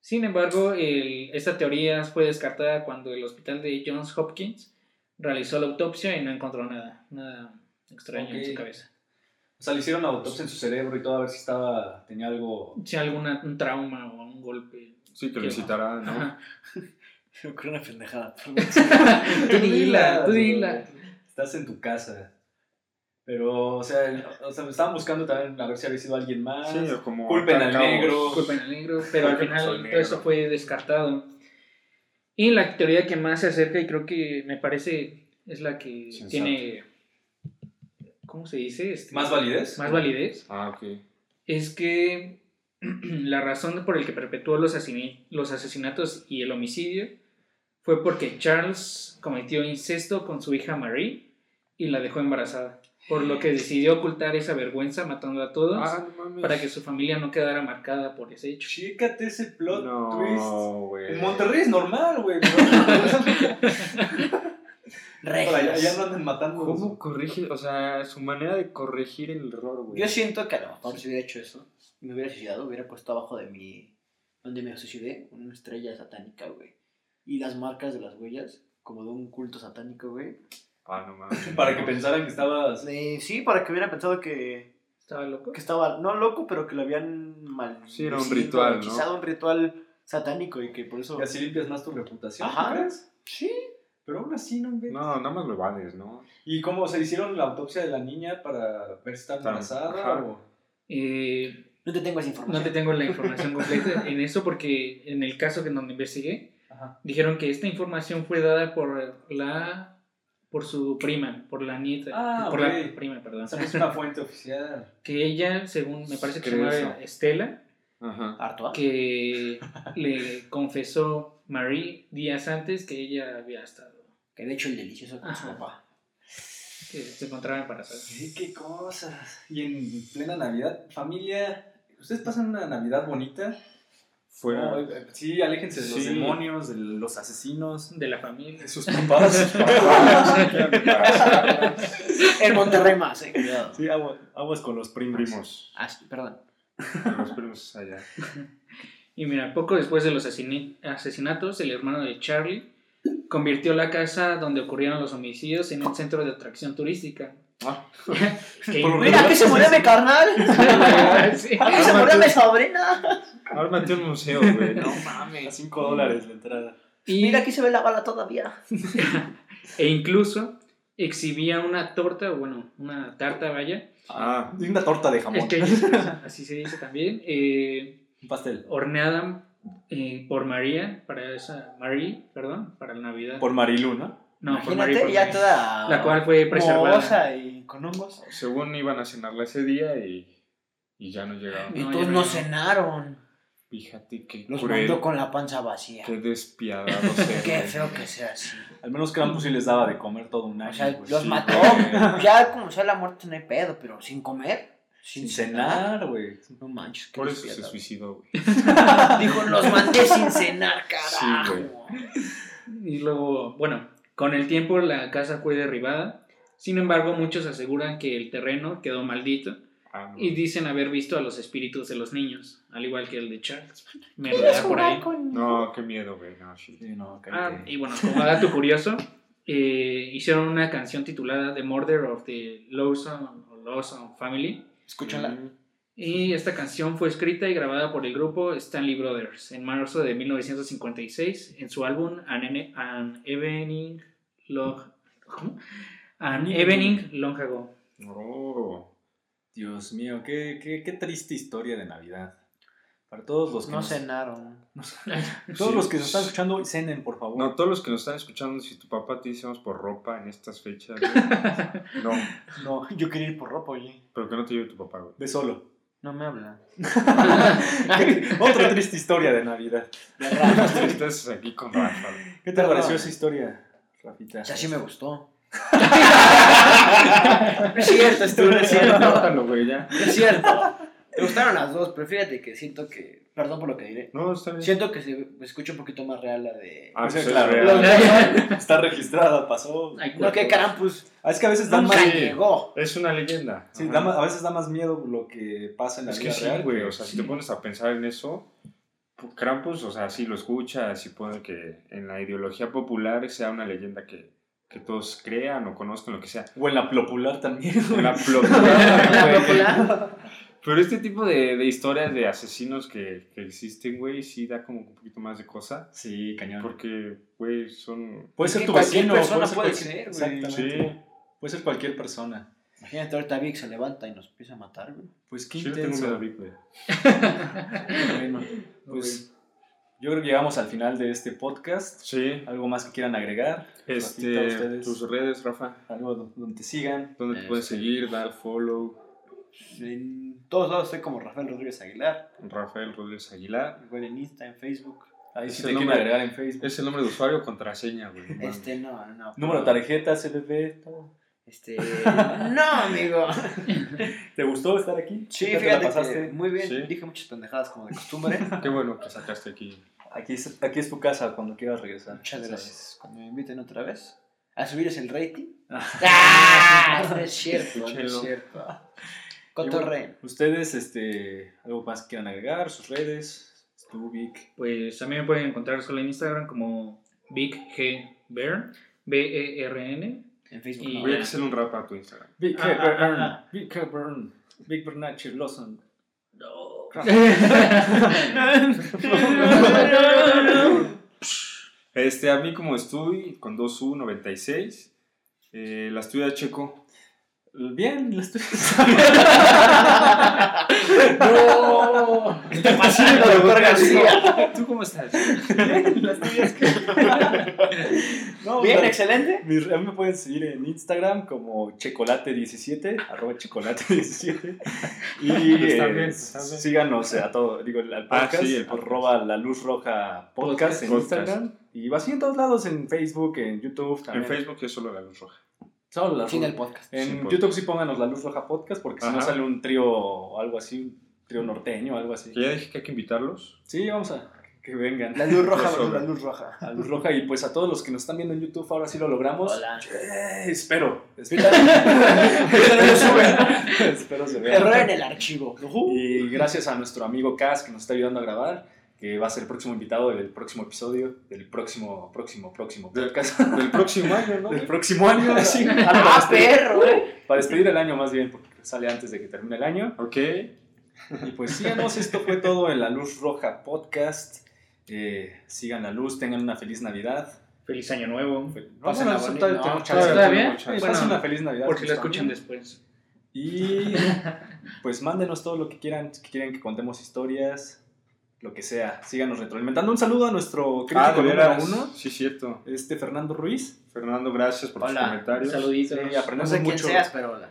Sin embargo, el- esta teoría fue descartada cuando el hospital de Johns Hopkins realizó la autopsia y no encontró nada, nada extraño en su
Ok.
cabeza.
O sea, le hicieron la autopsia en su cerebro y todo a ver si estaba, tenía algo.
Si alguna un trauma o un golpe.
Sí, que lo visitará, ¿no?
Ajá.
Yo creo una pendejada.
tú dila, tú dila.
Estás en tu casa. Pero, o sea, el- o sea, me estaban buscando también a ver si había sido alguien más.
Sí, o como.
Culpen al
atar cabos.
negro.
Disculpen al negro, pero al final
Soy
todo
negro.
eso fue descartado. Y la teoría que más se acerca y creo que me parece es la que
Sensata.
tiene, ¿cómo se dice? Este,
¿Más validez?
más validez.
Ah, ok.
Es que la razón por la que perpetuó los, asini- los asesinatos y el homicidio fue porque Charles cometió incesto con su hija Marie y la dejó embarazada. Por lo que decidió ocultar esa vergüenza matando a todos.
Ah, no mames.
para que su familia no quedara marcada por ese hecho.
Chécate ese plot twist.
No, güey.
En Monterrey es normal, güey. pero- Para allá, allá
Regios.
no anden matando.
¿Cómo corrige? O sea, su manera de corregir el error, güey.
Yo siento que a lo mejor si hubiera hecho eso, me hubiera suicidado, hubiera puesto abajo de mi. donde me suicidé, una estrella satánica, güey. Y las marcas de las huellas, como de un culto satánico, güey.
Ah, no mames.
Para que pensaran que estabas.
Eh, sí, para que hubiera pensado que,
Estaba loco.
que estaba, no loco, pero que lo habían mal.
Sí, era un ritual, ¿no?
Quizá un ritual satánico y que por eso.
Y así limpias más tu reputación.
Ajá.
¿no crees?
Sí.
Pero aún así no inventes.
No, nada más lo evades, ¿no?
¿Y cómo se hicieron la autopsia de la niña para ver si está embarazada?
Ajá.
o-
Eh,
No te tengo esa
no
información.
te tengo la información completa en eso porque en el caso que en donde investigué
Ajá.
dijeron que esta información fue dada por la por su prima, por la nieta,
Ah,
por
ok.
la prima, perdón.
O sea, no es una fuente oficial.
Que ella, según me parece que se
Creo
llamaba Estela,
Ajá.
Artois.
que le confesó Marie días antes que ella había estado,
Que de hecho el delicioso con su
Ajá.
papá.
que se encontraba embarazada.
Sí, qué cosas. Y en plena Navidad, familia, ¿ustedes pasan una Navidad bonita?
Fuera.
No, eh, sí, aléjense de los
Sí.
demonios, de los asesinos,
De la familia.
de sus papás.
En Monterrey más, eh, cuidado.
sí, aguas, aguas con los primos.
primos.
Ah, sí, perdón.
Los primos allá.
Y mira, poco después de los asini- asesinatos, el hermano de Charlie convirtió la casa donde ocurrieron los homicidios en un centro de atracción turística.
Ah.
Que
Por lo
incluía-
Mira, que se murió mi carnal.
Sí.
Aquí se murió mi sobrina.
Ármate un museo, güey. No
A
mames.
5 dólares la entrada.
Y-
Mira, aquí se ve la bala todavía.
e incluso exhibía una torta, bueno, una tarta, vaya.
Ah,
Y una torta de jamón.
Es que así se dice también. eh,
Un pastel.
horneada eh, por María, para esa, Marie, perdón, para la Navidad.
Por Marilu, ¿no?
no, por
Imagínate,
Marie, por
ya
Marie.
toda.
La cual fue preservada.
mohosa y con hongos.
según iban a cenarla ese día y, y ya no llegaron.
No,
Entonces
ya
no,
no.
cenaron.
Fíjate qué
Los
cruel,
mandó con la panza vacía.
qué despiadado ser.
Qué
güey.
feo que sea así.
Al menos Krampus sí les daba de comer todo un año. pues
O sea,
güey.
los
Pues sí,
mató.
güey.
Pues Ya como sea la muerte no hay pedo, pero sin comer, sin,
Sin cenar, güey.
No manches, qué
Por eso se
despiadado.
suicidó, güey.
Dijo, los mandé sin cenar, carajo.
Y luego, bueno, con el tiempo la casa fue derribada. Sin embargo, muchos aseguran que el terreno quedó maldito
Ah, no.
y dicen haber visto a los espíritus de los niños, al igual que el de Charles. Me rodea por ahí.
No, qué miedo, güey. No, shit.
Sí, no,
Ah,
cállate.
y bueno, como dato curioso, eh, hicieron una canción titulada The Murder of the Lawson, o Lawson Family.
Escúchala.
Mm.
Y esta canción fue escrita y grabada por el grupo Stanley Brothers en marzo de 1956 en su álbum An, Ene- An Evening Long ¿cómo? An Evening Long Ago.
Oh.
Dios mío, qué, qué, qué triste historia de Navidad. Para todos los que
No
nos-
cenaron.
todos
Sí. pues,
los que nos están escuchando, cenen, por favor.
No, todos los que nos están escuchando, si tu papá te dice vamos por ropa en estas fechas, güey, no,
No, yo quería ir por ropa, oye.
pero que no te lleve tu papá, güey.
Ve solo.
No me habla.
Otra triste historia de Navidad.
Estás aquí con Rafa. güey.
¿Qué te
Perdón.
pareció esa historia, Rafita?
O sea, sí me gustó. es cierto, esto no es cierto.
Cuéntalo, güey, ya.
Es cierto. Me gustaron las dos, pero fíjate que siento que. Perdón por lo que diré.
No, está bien.
Siento que se escucha un poquito más real la de.
Ah,
O sea,
pues es
claro.
real.
Los de-
Está registrada, pasó.
Ay,
No, que Carampus
Ah, es que a veces da
nunca
más,
llegó.
Es una leyenda.
sí,
Ajá.
da más- a veces da más miedo lo que pasa en la
Es que
vida
sí,
real.
güey. O sea, si
Sí.
te pones a pensar en eso, pu- Krampus, o sea, sí lo escuchas y puede que en la ideología popular sea una leyenda que, que todos crean o conozcan, lo que sea.
O en la popular también. güey.
Una popular, güey.
Popular.
Pero este tipo de, de historias de asesinos que, que existen, güey, sí da como un poquito más de cosa.
Sí, cañón.
Porque, güey, son...
Puede ser
Sí,
tu
cualquier
vecino.
persona
ser
puede
cual-
ser, güey.
Exactamente.
Sí,
Puede ser cualquier persona.
Imagínate, este ahorita Vic se levanta y nos empieza a matar, güey.
Pues qué
sí le tengo miedo a
intenso.
Vic, güey.
Bueno, pues yo creo que llegamos al final de este podcast.
Sí,
¿Algo más que quieran agregar? Rafita,
este,
ustedes.
tus redes, Rafa,
Algo do- donde te sigan.
donde te pueden
Este.
seguir, dar follow,
En todos lados soy como Rafael Rodríguez Aguilar.
Rafael Rodríguez Aguilar.
Igual en Insta, en Facebook.
Ahí
Ese
si te quieren
nombre-
agregar en Facebook.
Es el nombre de usuario, contraseña, güey. no mames.
Este, no, no.
Número de
pero-
tarjeta, CDB, todo.
Este. No, amigo.
¿Te gustó estar aquí?
Sí,
¿Qué tal te la
fíjate
pasaste?
que muy bien.
Sí.
Dije muchas pendejadas como de costumbre.
Qué bueno que sacaste aquí.
Aquí es, aquí es tu casa cuando quieras regresar.
Muchas
Ya
gracias.
sabes.
Cuando me inviten otra vez a subirles el rating.
Ah.
¡Ah! No es cierto, no es
Escúchenlo.
cierto. Cotorre.
Ustedes, este, algo más que quieran agregar, sus redes, tú, Vic.
Pues también me pueden encontrar solo en Instagram como Big G Bear, E B-E-R-N.
En Facebook.
Y-
no.
Voy a hacer un rap a tu Instagram.
Vic
Ah, ah,
Bern,
ah,
Vic Bern, Vic Bernache Lawson.
No.
Este, a mí como estuve con 2U96, eh, la estudia Checo.
Bien, la estoy
¡No! Está pasando, doctor García.
¿Tú cómo estás?
Las tuyas que. no,
Bien,
la-
excelente.
mis- a mí me pueden seguir en Instagram como chocolate17, arroba chocolate17. Y
Está
eh,
bien, está bien.
síganos a todo, digo, al
pues Ah,
podcast,
sí, el podcast.
arroba la luz roja podcast, en
Podcast.
Instagram. Y va así en todos lados, en Facebook, en YouTube, también.
En Facebook es solo la luz roja.
Solo la
Sin
luz-
el podcast.
En
sin podcast.
YouTube sí pónganos la luz roja podcast, porque si no
Ajá.
sale un trío o algo así, un trío norteño o algo así.
Que ya dije que hay que invitarlos.
Sí, vamos a que vengan.
La luz roja,
Eso,
bro, la
güey.
luz roja.
A Luz Roja y pues a todos los que nos están viendo en YouTube, ahora sí lo logramos.
Hola.
Eh, espero. Espero, Espero se vea. Espero se vea.
Error en el archivo.
Y gracias a nuestro amigo Cas que nos está ayudando a grabar, que va a ser el próximo invitado del próximo episodio, del próximo, próximo, próximo
Del-
podcast.
Del próximo año, ¿no?
Del próximo año, sí. Ah, no, para,
¡Ah,
despedir,
perro! eh.
para despedir el año más bien, porque sale antes de que termine el año.
Ok.
Y pues síganos, esto fue todo en La Luz Roja Podcast. Eh, sigan la luz, tengan una feliz Navidad.
Feliz Año Nuevo.
Pasen
no,
la
no,
boni-
todavía
no,
tenemos
chale,
chance.
todavía.
Pues
Bueno,
pasen la feliz Navidad.
Por si lo
pues,
escuchan
también.
después.
Y pues mándenos todo lo que quieran, que quieren que contemos historias, lo que sea. Síganos retroalimentando. Un saludo a nuestro
Ah,
crítico
de
número
veras.
uno,
Sí, cierto.
este Fernando Ruiz.
Fernando, gracias por
Hola,
tus comentarios.
Saluditos.
Sí,
No
aprendemos
sé quién
mucho.
seas, pero hola.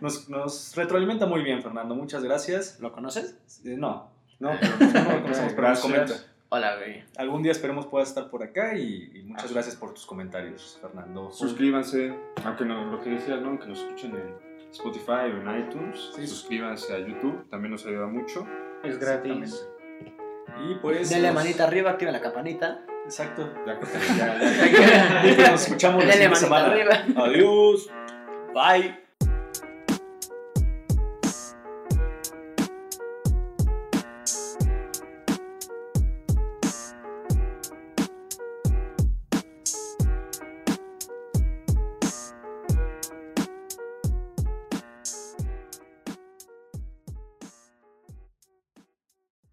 Nos, nos retroalimenta muy bien, Fernando. Muchas gracias.
¿Lo conoces?
Eh, no,
No, pero nosotros no
Gracias.
lo conocemos, pero nos comenta.
Hola, güey.
algún día esperemos puedas estar por acá y, y muchas gracias por tus comentarios, Fernando.
Suscríbanse, aunque no, lo que decías, ¿no? Que nos escuchen en Spotify o en iTunes.
Sí.
Suscríbanse a YouTube, también nos ayuda mucho.
Es
Exactamente.
gratis.
Y pues.
Denle
nos-
manita arriba, activen la campanita.
Exacto.
Ya que ya- ya-
Y pues nos escuchamos la
Denle
siguiente
manita
semana.
arriba.
Adiós.
Bye.